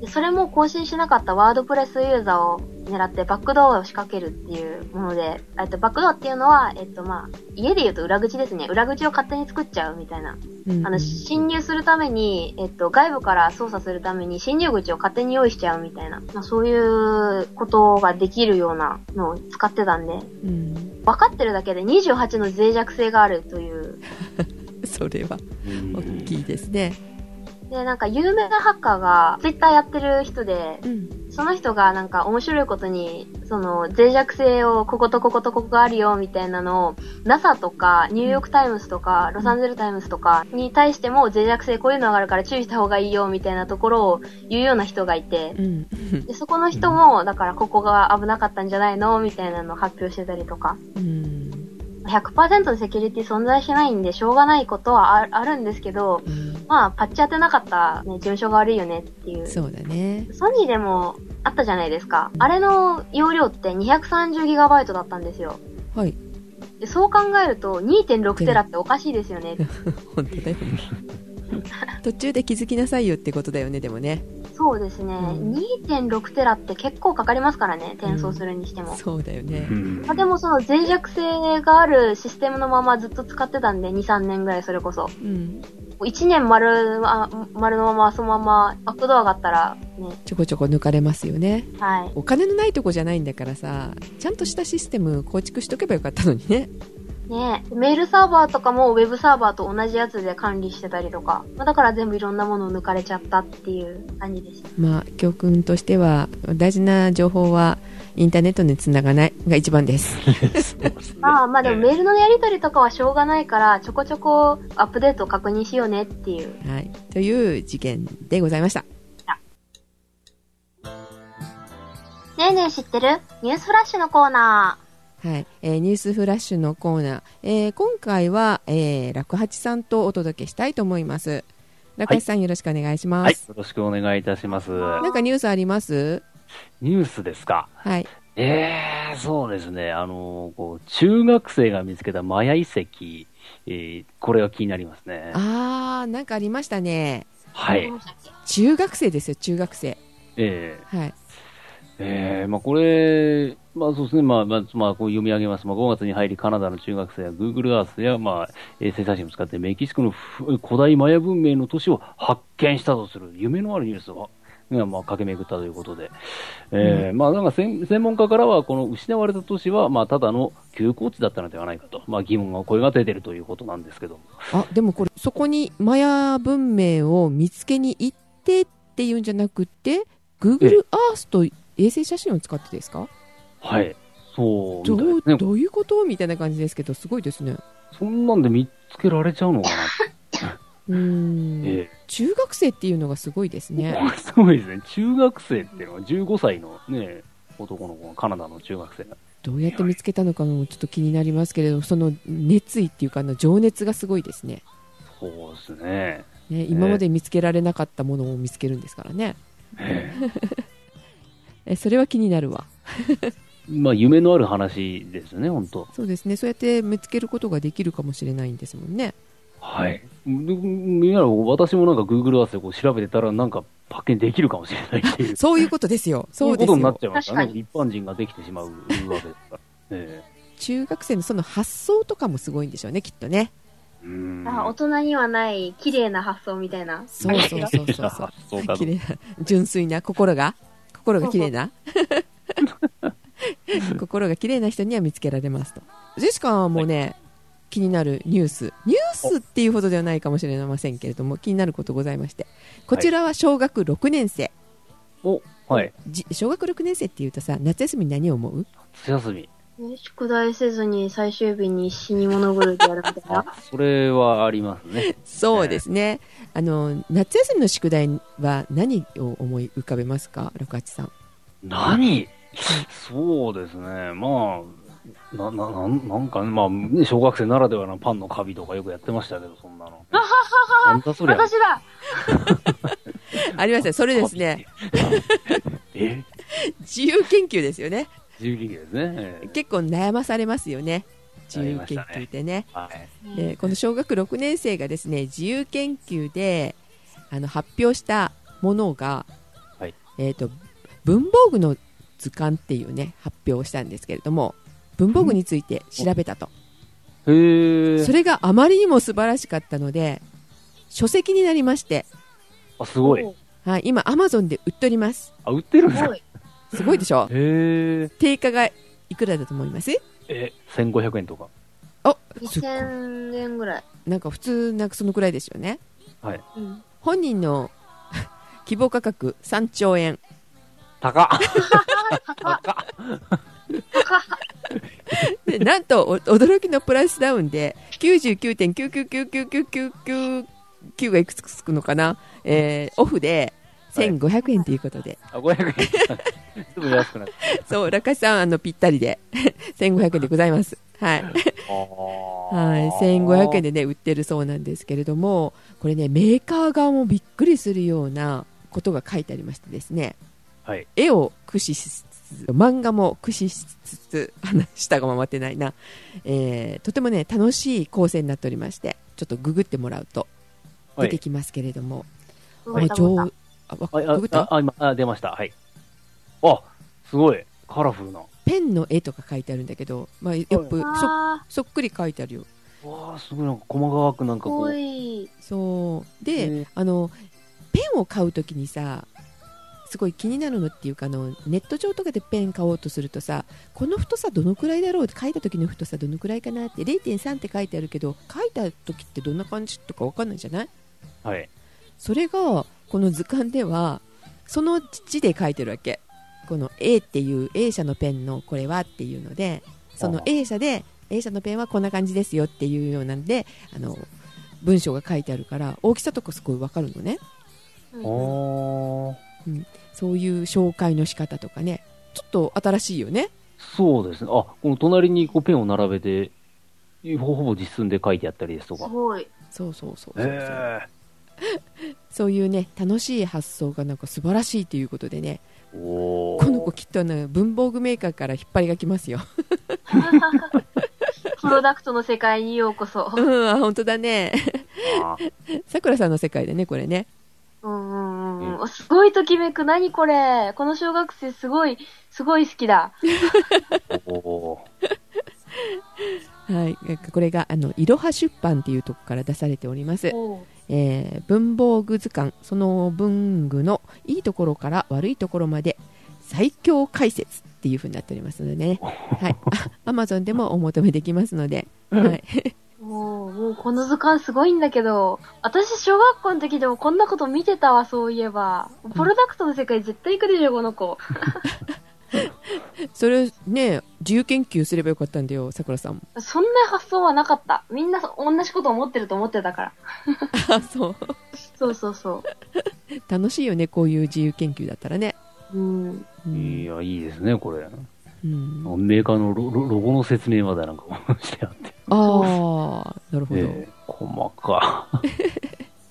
でそれも更新しなかったワードプレスユーザーを狙ってバックドアを仕掛けるっていうもので、えっと、バックドアっていうのは、えっと、まあ、家で言うと裏口ですね。裏口を勝手に作っちゃうみたいな。
うん
あの、侵入するために、えっと、外部から操作するために侵入口を勝手に用意しちゃうみたいな。まあ、そういうことができるようなのを使ってたんで、
うん、
分かってるだけで28の脆弱性があるという。
それは
ー
大きいですね。
で、なんか有名なハッカーが、ツイッターやってる人で、
うん
その人がなんか面白いことに、その脆弱性をこことこことここがあるよみたいなのを NASA とかニューヨークタイムズとかロサンゼルタイムズとかに対しても脆弱性こういうのがあるから注意した方がいいよみたいなところを言うような人がいて、
うん
でそこの人もだからここが危なかったんじゃないのみたいなのを発表してたりとか、
うん
100%のセキュリティ存在しないんでしょうがないことはああるんですけど、
うん
まあパッチ当てなかった、ね、事務所が悪いよねっていう。
そうだね
ソニーでもあったじゃないですか。あれの容量って 230GB だったんですよ。
はい
でそう考えると2.6テラっておかしいですよね。
本当だよね途中で気づきなさいよってことだよねでもね
そうですね。
うん
2.6テラって結構かかりますからね。転送するにしても。
そうだよね
うん
まあ、でもその脆弱性があるシステムのままずっと使ってたんで、2、3年ぐらいそれこそ。
うん
1年丸あ丸のまま、そのままバックドア上がったら、ね。
ちょこちょこ抜かれますよね
はい。
お金のないとこじゃないんだからさちゃんとしたシステム構築しとけばよかったのにね
ねえメールサーバーとかもウェブサーバーと同じやつで管理してたりとか、まあ、だから全部いろんなものを抜かれちゃったっていう感じでした。
まあ教訓としては大事な情報はインターネットにつながないが一番
<laughs>
です
まあまあでも
ええ
メールのやり取りとかはしょうがないから、ちょこちょこアップデートを確認しようねっていう。
はい、という事件でございました。
ねえねえ知ってるニュースフラッシュのコーナ
はい、えーニュースフラッシュのコーナー、えー今回は、えー、楽八さんとお届けしたいと思います。楽八さん、よろしくお願いしま
はい。
す。
よろしくお願いいたします。
なんかニュースあります？
ニュースですか。
はい、
ええそうですね。あの、こう、中学生が見つけたマヤ遺跡、えーこれが気になりますね。
あーなんかありましたね。
ー。
はい。
中学生ですよ、中学生。
えー
はい、
えーまあこれ、まあそうですね、まあ、まあ、まあ、こう読み上げます。まあ、5月に入り、カナダの中学生は Google Earth や、まあ、衛星写真を使ってメキシコのふ古代マヤ文明の都市を発見したとする夢のあるニュースを、がまあ、駆け巡ったということで、えーまあ、なんか専専門家からは、この失われた都市は、まあ、ただの休耕地だったのではないかと、まあ、疑問が声が出ているということなんですけども、
あでもこれそこにマヤ文明を見つけに行ってっていうんじゃなくて、Google Earth と衛星写真を使ってですか？
はい、そう
ど
みたいで
う
すね、
どういうことみたいな感じですけど、すごいですね。
そんなんで見つけられちゃうのかな
うーん。
って。
<laughs>
えー
中学生っていうのがすごいですね。
<laughs> すごいですね。中学生っていうのは15歳のね、男の子がカナダの中学生が。
どうやって見つけたのかもちょっと気になりますけれども、その熱意っていうか、あの情熱がすごいですね
そうです
<laughs>
ね。
ね。今まで見つけられなかったものを見つけるんですからね。
え
えそれは気になるわ。
えまあ、夢のある話ですね、本当
そうですね。そうやって見つけることができるかもしれないんですもんね。
はい。でみんなの私もなんか Google Earth でこう調べてたら、なんか発見できるかもしれないっていう、
そういうことですよ。 <laughs> そう
い
で
う
す
ことになっ
よ。
ちゃいましたね。
確
一般人ができてしまうわけですから。え
中学生のその発想とかもすごいんでしょうね、きっとね。
えうん
あ大人にはない綺麗な発想みたいな。
そう
<laughs>
そうそうそうそう。
そうか
綺麗な純粋な心が心が綺麗な心が綺麗な人には見つけられますとジェシカはもうね、気になるニュースニュースっていうほどではないかもしれませんけれども気になることございましてこちらは小学6年生、
お、はい。
じ小学6年生っていうとさ夏休み何を思う
夏休み。
ね宿題せずに最終日に死に物狂いでやるみたいな。
あ、それはありますね。
そうですね、あの夏休みの宿題は何を思い浮かべますか六八さん
何そうですね、まあ、な、な、なんなんかね、まあ、ね小学生ならではのパンのカビとかよくやってましたけど、そんなの。なんだそりゃ。
私だ
ありましたそれですね
カビって。え
自由研究ですよね
自由研究ですね。ええ
結構悩まされますよね自由研
悩みました
究
ね
ってね
はい。
でこの小学6年生がですね自由研究であの発表したものが、
はい
えー、と文房具の図鑑っていうね発表をしたんですけれども文房具について調べたと
へえ。
それがあまりにも素晴らしかったので書籍になりまして、
あ、すごい。
はい、今アマゾンで売っております
あ、売ってるん
す
だ。
ご
へ
い。
すごいでしょ
<laughs> え。
定価がいくらだと思います
え、1500円とか。
あすっごい
2000円ぐらい。
なんか普通なんかそのくらいですよね
はい。
うん。
本人の <laughs> 希望価格3兆円
高っ
高っ
高っ
高っ
でなんとお驚きのプライスダウンで99.99999999がいくつくつくのかな、えーオフで1500円ということで、
あ、500円。 <laughs> すぐ安くなった。
そう、ラカシさん、あの、ぴったりで、1500円でございます。はい。はい、
は
1500円でね、売ってるそうなんですけれども、これね、メーカー側もびっくりするようなことが書いてありましてですね、
はい。
絵を駆使しつつ、漫画も駆使しつつ、あの下が回ってないな、えーとてもね、楽しい構成になっておりまして、ちょっとググってもらうと
は
出て
い。
きますけれども、
動
はいい、
た動いた
上あわ
あ、
ググっ
あ
た
あ、今、あ、出ました。はい。あ、すごい。カラフルな。
ペンの絵とか書いてあるんだけど、まあ、やっぱそ
あ
そっくり書いてあるよ。
わあ、すごい。なんか細かくなん
ー
か
かっ
こ
こ
う。
いい。
そうで、
うん
あのペンを買うときにさすごい気になるのっていうかあのネット上とかでペン買おうとするとさこの太さどのくらいだろうって書いた時の太さどのくらいかなって0.3って書いてあるけど書いた時ってどんな感じとかわかんないじゃない
はい。
それがこの図鑑ではその字で書いてるわけこの A っていう A 社のペンのこれはっていうのでその
ああ
A 社で A 社のペンはこんな感じですよっていうようなんであの文章が書いてあるから大きさとかすごいわかるのね
うん
おー。
そういう紹介の仕方とかねちょっと新しいよね
そうですね。あ、この隣にこうペンを並べて、ほほぼ実寸で書いてあったりですと
す
か。
ごい。
そうそうそうそうそう、
え
そういうね楽しい発想がなんか素晴らしいということでね
えおお。
この子きっとあの文房具メーカーから引っ張りがきますよ
プロダクトの世界にようこそ。 <laughs>
うんあ本当だね
あ
さくらさんの世界でねこれね
うんうんうんうん。すごいときめく。何これ。この小学生すごい、すごい好きだ。
おお。
はい、えこれがあのいろは出版っていうとこから出されております、
おう
えー文房具図鑑その文具のいいところから悪いところまで最強解説っていう風になっておりますのでね、はい、アマゾンでもお求めできますので、はい、
もう、もうこの図鑑すごいんだけど、私小学校の時でもこんなこと見てたわ、そういえば。プロダクトの世界絶対行くでしょ、この子。
それね自由研究すればよかったんだよさくらさんも
そんな発想はなかった。みんなそ同じこと思ってると思ってたから。
あそう
そうそうそ
楽しいよねこういう自由研究だったらね、
う。うん。
う
い
ん
や、いいですね、これ。
うん、あ
メーカーのロロロゴの説明までなんか <laughs> してあって。
あーなるほど、
ええ細か。 <laughs>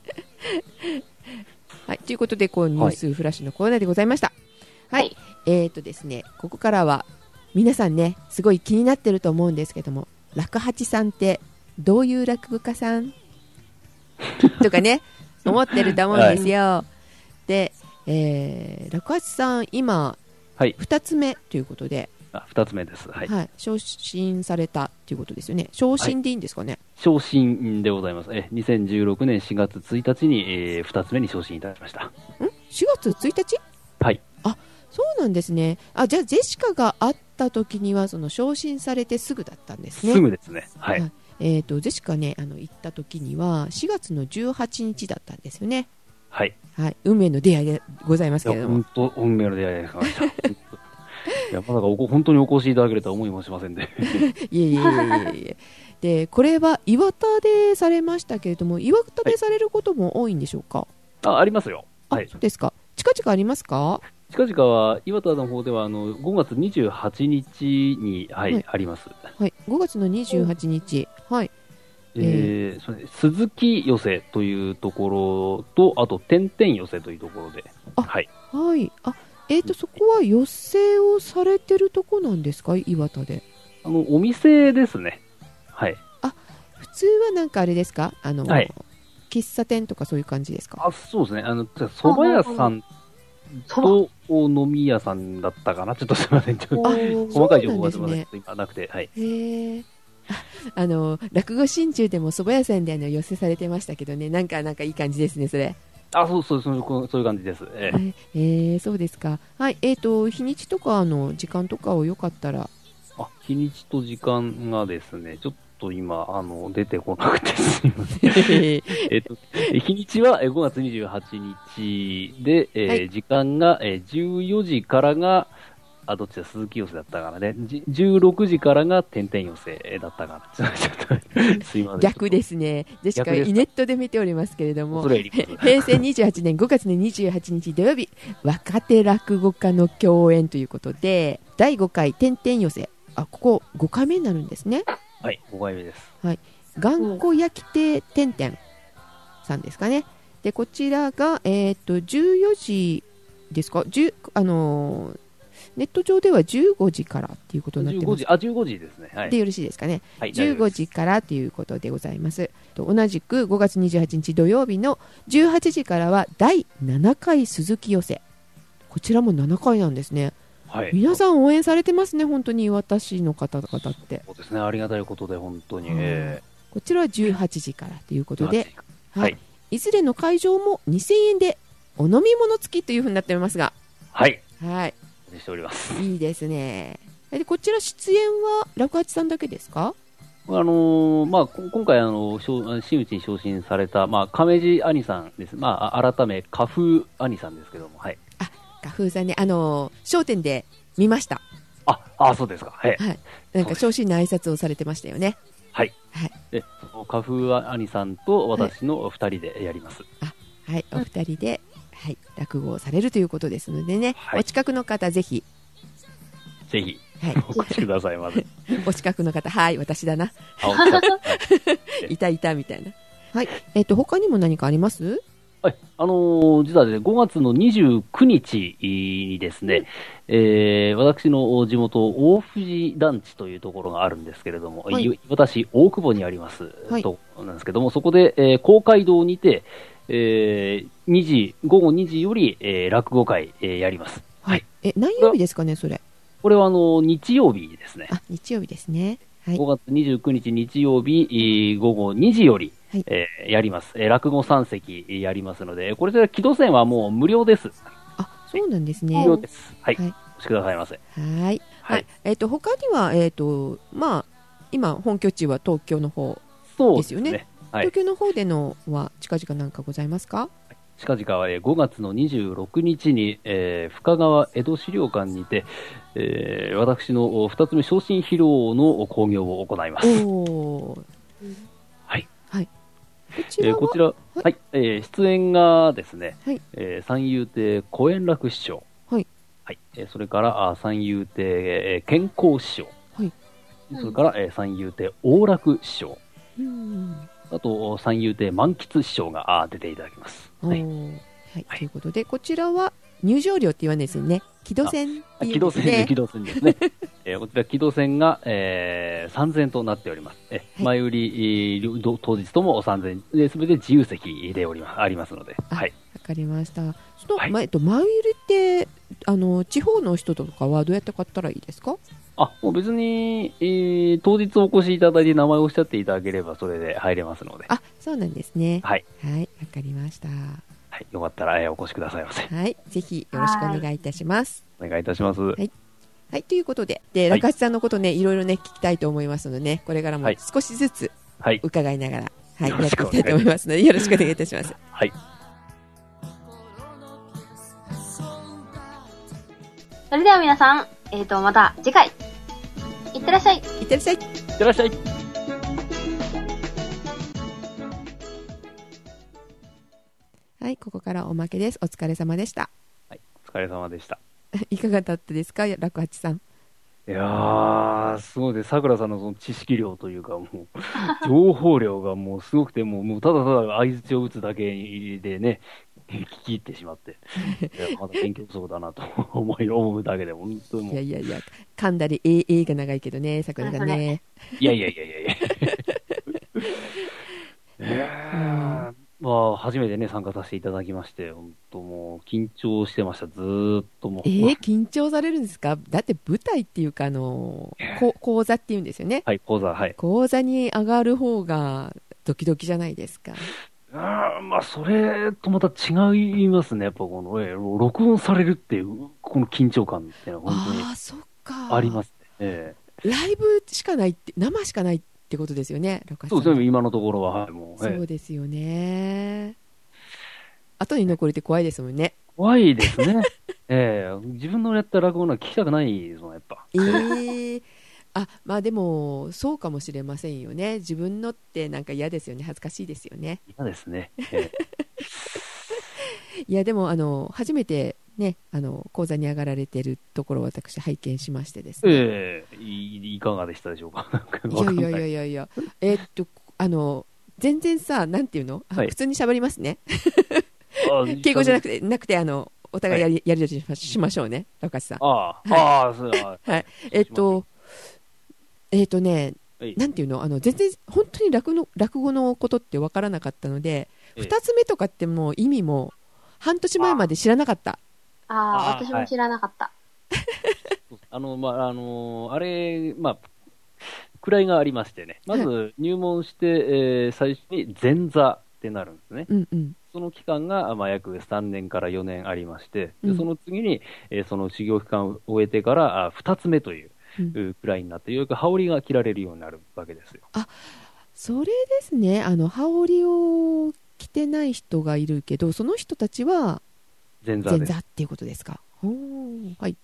はい、ということで、こうニュースフラッシュのコーナーでございました。はい、
はい
えっ、とですね、ここからは皆さんね、すごい気になってると思うんですけども、落八さんってどういう落語家さん <laughs> とかね、思ってると思うんですよ。で、えー、落八さん今
はい。
二つ目ということで、
あ、二つ目です。は
はいい、。昇進されたということですよね。昇進でいいんですかね。
昇進でございます。え、2016年4月1日に、えー、二つ目に昇進いたしました。
4月1日？
はい。
そうなんですね。あ、じゃあジェシカが会った時にはその昇進されてすぐだったんですね。
すぐですね。は
はい
い。
えー、とジェシカねあの行った時には4月の18日だったんですよね、
はい。
はい、運命の出会いでございます
い
けれ
や、
ど
本
も
当運命の出会いです。 <laughs> いや、まさかおこ本当にお越しいただけるとは思いもしませんで。 <laughs>
いえいえいえいえいえでこれは岩田でされましたけれども岩田でされることも多いんでしょうか、
あ、ありますよ。はい
あ。そうですか近々ありますか
近々は、岩田の方では、あの、5月28日に、はい、
はい
あります。
はい5月の28日はい
えーすみません鈴木寄せというところと、あと、点々寄せというところで、
あ
はい。
はいあえー、とそこは寄せをされてるとこなんですか岩田で
あの、お店ですね。はい。
普通はなんかあれですかあの、
はい
喫茶店とかそういう感じですか
あ、そうですね。あの、そば屋さん
そば
とお飲み屋さんだったかな。ちょっとすみません。ちょっと
あ
細かい情報がす
そうなんです
みません。
ね
ちょっと今なくて、はい。
へえああの <laughs> 落語心中でも蕎麦屋さんであの寄せされてましたけどねなんかなんかいい感じですねそれ
あ、そうそうそう、こうそういう感じです。ええ
ええそうですかはいえー、と日にち
<laughs>
とかあの時間とかをよかったら
あ、日にちと時間がですね、ちょっと今、あの、出てこなくてすい
<laughs>
ません。
え
えっと、日にちはえー5月28日で、えー
はい
時間が、えー14時からが、あ、どっちだ、鈴木寄せだったからね。じ16時からが点々寄せだったから。ちょっとすいません。。
<laughs> 逆ですすね。ジェシカ、
逆ですか
イネットで見ておりますけれども
そ、れより
平成28年5月の28日土曜日若手落語家の共演ということで第5回「天々寄せ」あここ5回目になるんですね
はい、5回目です。
「頑固焼き亭天々」さんですかねでこちらが、えー、と14時ですか10あのーネット上では15時からっていうことになって
15
ます
時、あ、15時ですね。はい。
でよろしいですかね
はい、大丈夫
15
です
時からということでございます。と同じく5月28日土曜日の18時からは第7回鈴木寄せ。こちらも7回なんですね。
はい。
皆さん応援されてますね、本当に岩田市の方々って。
そうですね。ありがたいことで、本当に。
うん
え
こちらは18時からというこ
ー
とで、、
はい
はい、いずれの会場も2000円でお飲み物付きというふうになっておりますが、
はい。
はい、
お待ちしております。
いいですね。でこちら出演は楽八さんだけですか？
あのーまあ、こ今回、あの、昇真打ちに昇進された、まあ、亀治兄さんです。まあ、あ改め、花風兄さんですけども、はい。
花風さんね、あの商店で見ました。
あ、あ、そうですか。はい。
なんか昇進の挨拶をされてましたよね。
で、その花風兄さんと私の二人でやります。
はい、お二人で、はい、落語をされるということですのでね、
はい
お近くの方ぜひ、
ぜひ、
はい、
<laughs> お越しくださいま
<laughs>
せ。
お近くの方、はい、私だな、
あ
<laughs>
お疲れ様
いたいたみたいな。はい、えっと他にも何かあります？
はい、あのー実はですね、5月の29日にですね、えー私の地元、大藤団地というところがあるんですけれども、
はい
い私、大久保にあります、
はい
ところなんですけども、そこで、えー公会堂にて、えー2時、午後2時より、えー落語会、えーやります。はい。
え、何曜日ですかね、それ？
これは、あのー日曜日ですね。
あ、日曜日ですね。はい
5月29日日曜日、えー午後2時より、
はい
えーやります。えー落語三席えーやりますので、これで木戸線はもう無料です。
あ、そうなんです
無
ね。
料です。はい。
はい
おしてくださいませ。
はい。
は
はいい。。えっと他にはえっとまあ今本拠地は東京の方、
そうで
ですす
ね。
よね
はい
東。京の方でのは近々なんかございますか？
近々はえー5月の26日に、えー深川江戸資料館にて、えー私のお二つ目昇進披露の興行を行います。
おー
はい。
はい。こち
え
ら
ーこ
は
ちら、はいい、えー出演がですね、
はい
えー三遊亭小円楽師匠、
はい
はいえーそれからあー三遊亭、えー健康師匠、
はい
それから、えー三遊亭王楽師匠、
うん
あと三遊亭満喫師匠があー出ていただきます。
おー
は、
はいい、
はい
ということでこちらは入場料って言わないですよね木戸線って
あ
い
軌
うんで
道
す
線で、
ね
軌道線
<laughs>
ですね。えーこちら、軌道線が、えー、3000となっております。え
はい
前売り、えーりょ当日とも3000、すべて自由席でおります、ありますので。
あ
はい。
わかりましたその、
はい
まえっと、前売りってあの地方の人とかはどうやって買ったらいいですか
あ、もう別に、えー当日お越しいただいて名前をおっしゃっていただければ、それで入れますので。
あそうなんですね
はい。
はいわかりましたは
はい。よかったら、えーお越しくださいませ。
いぜひよろしくお願いいたします
お願いいたします。
いはいということでで
はい
中橋さんのことねいろいろね聞きたいと思いますのでねこれからも
はい
少しずつ
はい。
伺いながら、はい、
よ
や
ろ
っ
してく
い
お
き
願
たいと
い
思います
<laughs>
のでよろしくお願いいたします
はい。
それでは皆さん、えっ、と、また次回。いってらっしゃ
い
い。
ってらっしゃい
いってらっしゃい。
はいここからおまけですお疲れ様でした <laughs>
お疲れ様でした。
いかがだったですか楽八さん
いやー、すごいです、さくらさんのその知識量というか、もう、情報量がもうすごくて、もう、もうただただ相づちを打つだけでね、聞き入ってしまって、いやまだ勉強不足だなと思い、思うだけで、本当にも、
いうや
い
いやいや、噛んだり、え、えが長いけどね、桜がね。
やいやいやいやいや。えーまあ、初めてね、参加させていただきまして、本当もう、緊張してました、ずーっともう。
えー緊張されるんですかだって舞台っていうか、あのー、こ講座っていうんですよね。
はい、講座、はい。
講座に上がる方が、ドキドキじゃないですか。
あーまあ、それとまた違いますね、やっぱこの、えー録音されるっていう、この緊張感っていうのは本当に
ああ、そっか。。
ありますすね。え
ライブしかないって、生しかないってことですよね、六
そう
八
です
さん
ね、今のところは、はい、もう、ええ
そうですよね。後に残るって怖いですもんね。
怖いですね。 <laughs> ええ自分のやった落語なんか聞きたくないですもん、やっぱ。
えー、あまあでもそうかもしれませんよね自分のってなんか嫌ですよね恥ずかしいですよね
嫌ですね。ええ
いやでもあの初めてねあの講座に上がられてるところを私拝見しましてですね、
ええいいかがでしたでしょうか。なんかわかん
いや
な
いやいやいやいやえーっとあの全然さなんていうの、あ
はい
普通に喋りますね
あ
敬語じゃな
く
くてなくてあのお互いやり,、やりとりしましましょうね六橋さん
ああ、
はい
ああ、そうはい
はいえーっとえーっとね
はい
なんていうのあの全然本当に落の落語のことって分からなかったので、
ええ
二つ目とかってもう意味も半年前まで知らなかった
ああ、
あー
私も知らなかった。
あの、まあ、あのーあれ、まあ、位がありましてね。まず、入門して、えー最初に前座ってなるんですね。
うんうん
その期間が、まあ、約3年から4年ありまして、
う
で
ん
その次に、えーその修行期間を終えてから、あ2つ目という、
うん
う位になって、ようやく羽織が切られるようになるわけですよ。
それですねあの羽織を着てない人がいるけどその人たちは
前座
前
です
座。っていうことですかほーはい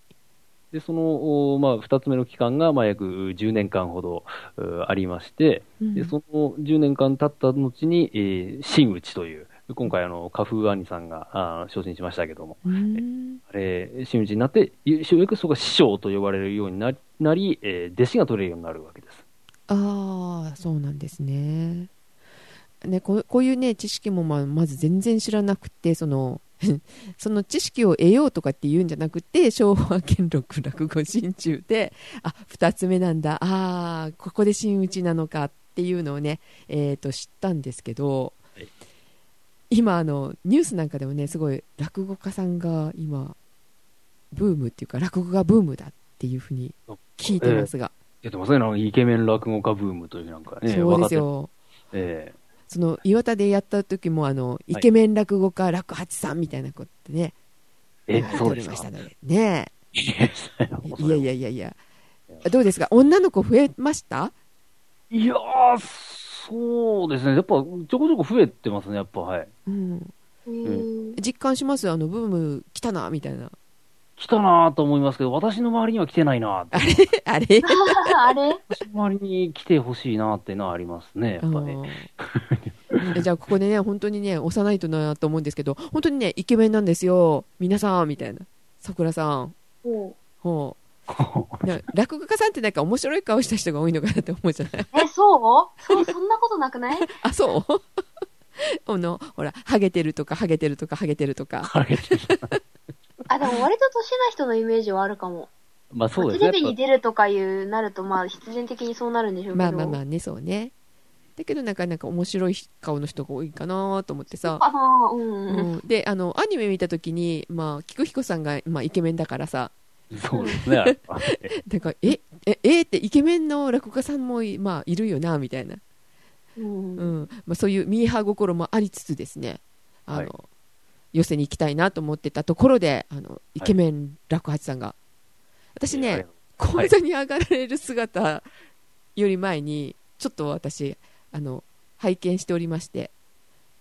で、その、おまあ、2つ目の期間が、まあ、約10年間ほどうありまして、
うん
で、その10年間経った後に、えー真打ちという、今回あの、花風兄さんが、あー昇進しましたけども、
うーん
あれ、真打ちになって、よようやくそこが師匠と呼ばれるようになり、なりえー弟子が取れるようになるわけです。
ああそうなんですねねこうこういうね知識もまあまず全然知らなくてその <laughs> その知識を得ようとかって言うんじゃなくて昭和元禄落語心中であ二つ目なんだあーここで真打ちなのかっていうのをね、えー、と知ったんですけど、
はい
今あのニュースなんかでもねすごい落語家さんが今ブームっていうか落語がブームだっていうふうに聞いてますが、
やってますね、なんかイケメン落語家ブームというなんかね、
そうですよ。
若手。え
その岩田でやった時もあのイケメン落語家落八さんみたいなことってね、
ええ
言われて
そう
お
で
り
す
ました
か。
のでねい
い
やいやいやいやどうですか女の子増えました
いやー、そうですね、やっぱちょこちょこ増えてますね、やっぱ、はい。
うん
うーん。 <laughs>
実感しますあのブーム来たなみたい
<laughs>
な
来たなーと思いますけど、私の周りには来てないなーって、
あれ
あれ
私の周りに来てほしいなーっていうのはありますね、やっぱね。
うん <laughs> じゃあここでね本当にね幼いとなと思うんですけど本当にねイケメンなんですよ皆さんみたいなさくらさん
おう
ほ
<laughs>
うな落語家さんってなんか面白い顔した人が多いのかなって思うじゃない
え、そうそう、そんなことなくない
あ、そう <laughs> あの、ほら、ハゲてるとか、ハゲてるとか、ハゲてるとか。
あれ
あ、でも割と年な人のイメージはあるかも。
まあそうで
テ
すね。
レ
やっ
ビに出るとかいうなると、まあ必然的にそうなるんでしょうけ
ま
ど。
あまあまあね、そうね。だけど、なんか、なんか面白い顔の人が多いかなと思ってさ。
ああ、うんうん。
うん、であのアニメ見た時に、まあ、菊彦さんが、まあ、イケメンだからさ
ぱそうですね。やっぱ
だからえええってイケメンの落語家さんもい,、まあ、いるよなみたいな、
うん
う
うん。
んまあ、そういうミーハー心もありつつですねあの、
はい
寄せに行きたいなと思ってたところであのイケメン落八さんが、私ね、講座に上がられる姿より前に、ちょっと私あの拝見しておりまして、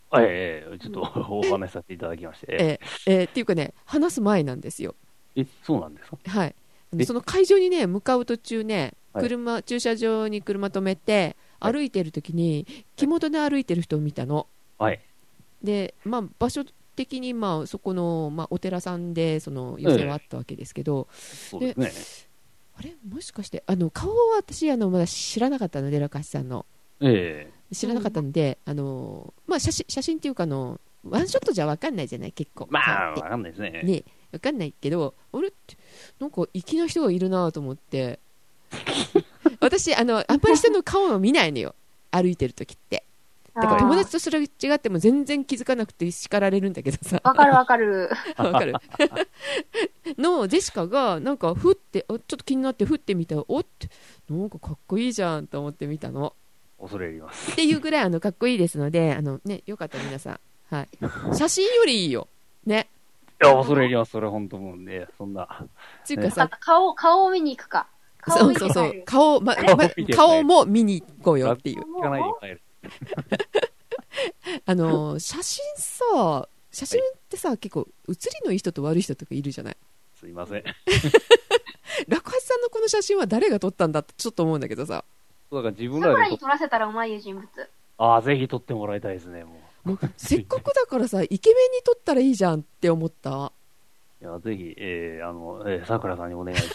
はい。ええちょっとお話しさせていただきまして。
えーえーっていうかね話す前なんですよ、
え、そうなんですか
はい、あの
え
その会場にね向かう途中ね
はい
車、駐車場に車止めて
はい
歩いてる時に着物で歩いてる人を見たの
はい。
で、まあ、場所的に、まあ、そこの、まあ、お寺さんでその寄せはあったわけですけど、
そうです
あれもしかしてあの顔は私あのまだ知らなかったので中橋さんの。
ね。え
知らなかったので、あのまあ、写真写真っていうかあのワンショットじゃ分かんないじゃない結構
えまあ、
顔
わ
っ
かんないです
て
ね。
ね分かんないけど俺ってなんか粋な人がいるなと思って <laughs> 私あのあんまり人の顔を見ないのよ歩いてる時ってだから友達とすれ違っても全然気づかなくて叱られるんだけどさ
わかるわかる。
<laughs> わかる <laughs> のジェシカがなんかふってあちょっと気になってふってみたらおってなんかかっこいいじゃんと思って見たの
恐れ入ります。
っていうぐらいあのかっこいいですので、あのね、よかったら皆さん、はい、写真よりいいよ、ね、
いや、恐れ入ります。それは本当もうね、そんな。
っていうか
わか
さ
っ、た顔、顔を見に行くか。
そ
顔
う
見て
そう
帰る
そう。顔、ま、ま
見て帰る
顔も見に行こうよっていう。
聞かないで帰る。
あのー、写真さ、写真ってさ、結構、写りのいい人と悪い人とかいるじゃない。
すいません。
楽八さんのこの写真は誰が撮ったんだってちょっと思うんだけどさ、
そうだから自分
サ
ら
ムラ
で
に
撮
撮
っ
らせたらうまいよ人物
ああ、ぜひ撮ってもらいたいですね、もう。
もうせっかくだからさ、イケメンに撮ったらいいじゃんって思った。
いや、ぜひ、えー、あの、えー、桜さんにお願いし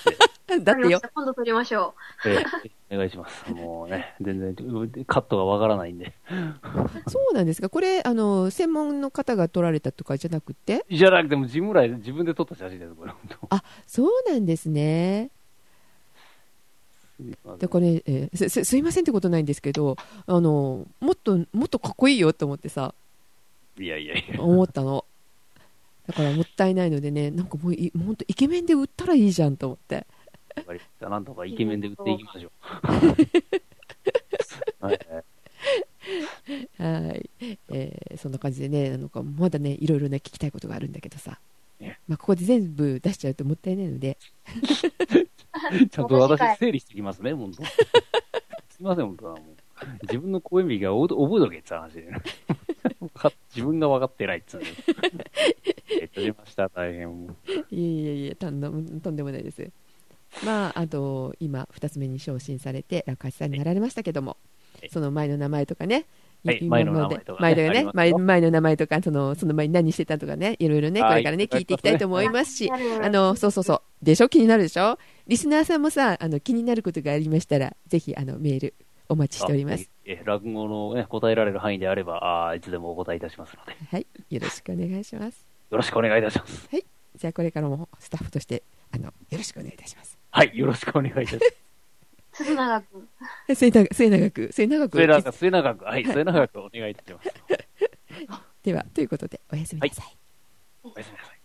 て、
だってよ、
今度撮りましょ
えーお願いします。もうね、全然、カットがわからないんで。
そうなんですか。これ、あのー、専門の方が撮られたとかじゃなくて
じゃなくても、自分らで、自分で撮った写真です、これ、本当
そうなんですね。
すいません
でこれ、えーすすすいませんってことないんですけどあのもっともっとかっこいいよと思ってさ
いやいやいや。
思ったのだからもったいないのでねなんかもういもうほんとイケメンで売ったらいいじゃんと思って
わかりましたなんとかイケメンで売っていきましょ <laughs> う。はいはい
はい、えーそんな感じでねなんかまだねいろいろね聞きたいことがあるんだけどさ
ね、
まあ、ここで全部出しちゃうともったいないので
ちゃんと私、整理してきますね、本当。すいません、本当はもう。自分の公演日がお覚えとけって話で、 <laughs> ね、か自分が分かってないっつうの。えっと、出ました、大変。もう
いえいえいえとんでもとんでもないですまああと今2つ目に昇進されて落下さんになられましたけども
はい
その前の名前とかね
はい
今
前の名
ま
前
で
とかね
前だよ
あり
ね
ます
前
よ
前の名前とかそのその前に何してたとかねいろいろねこ
は
れ
い
からね
気になりますね
聞いていきたいと思いますし
なるほど
あのそう
<laughs>
そうそうでしょ気になるでしょリスナーさんもさあの気になることがありましたらぜひあのメールお待ちしております。
あえ落語の、ね、答えられる範囲であれば、あーいつでもお答えいたしますので、
はいよろしくお願いします
よろしくお願いいたします。
じゃあこれからもスタッフとしてあのよろしくお願いいたします
はい、よろしくお願いいたします。
う鈴永君
末永く末永く末永
<laughs>
く
<laughs> 末永く、末永く、はい、末永くお願いいたします。
ではということでおやすみなさい
おやすみなさい。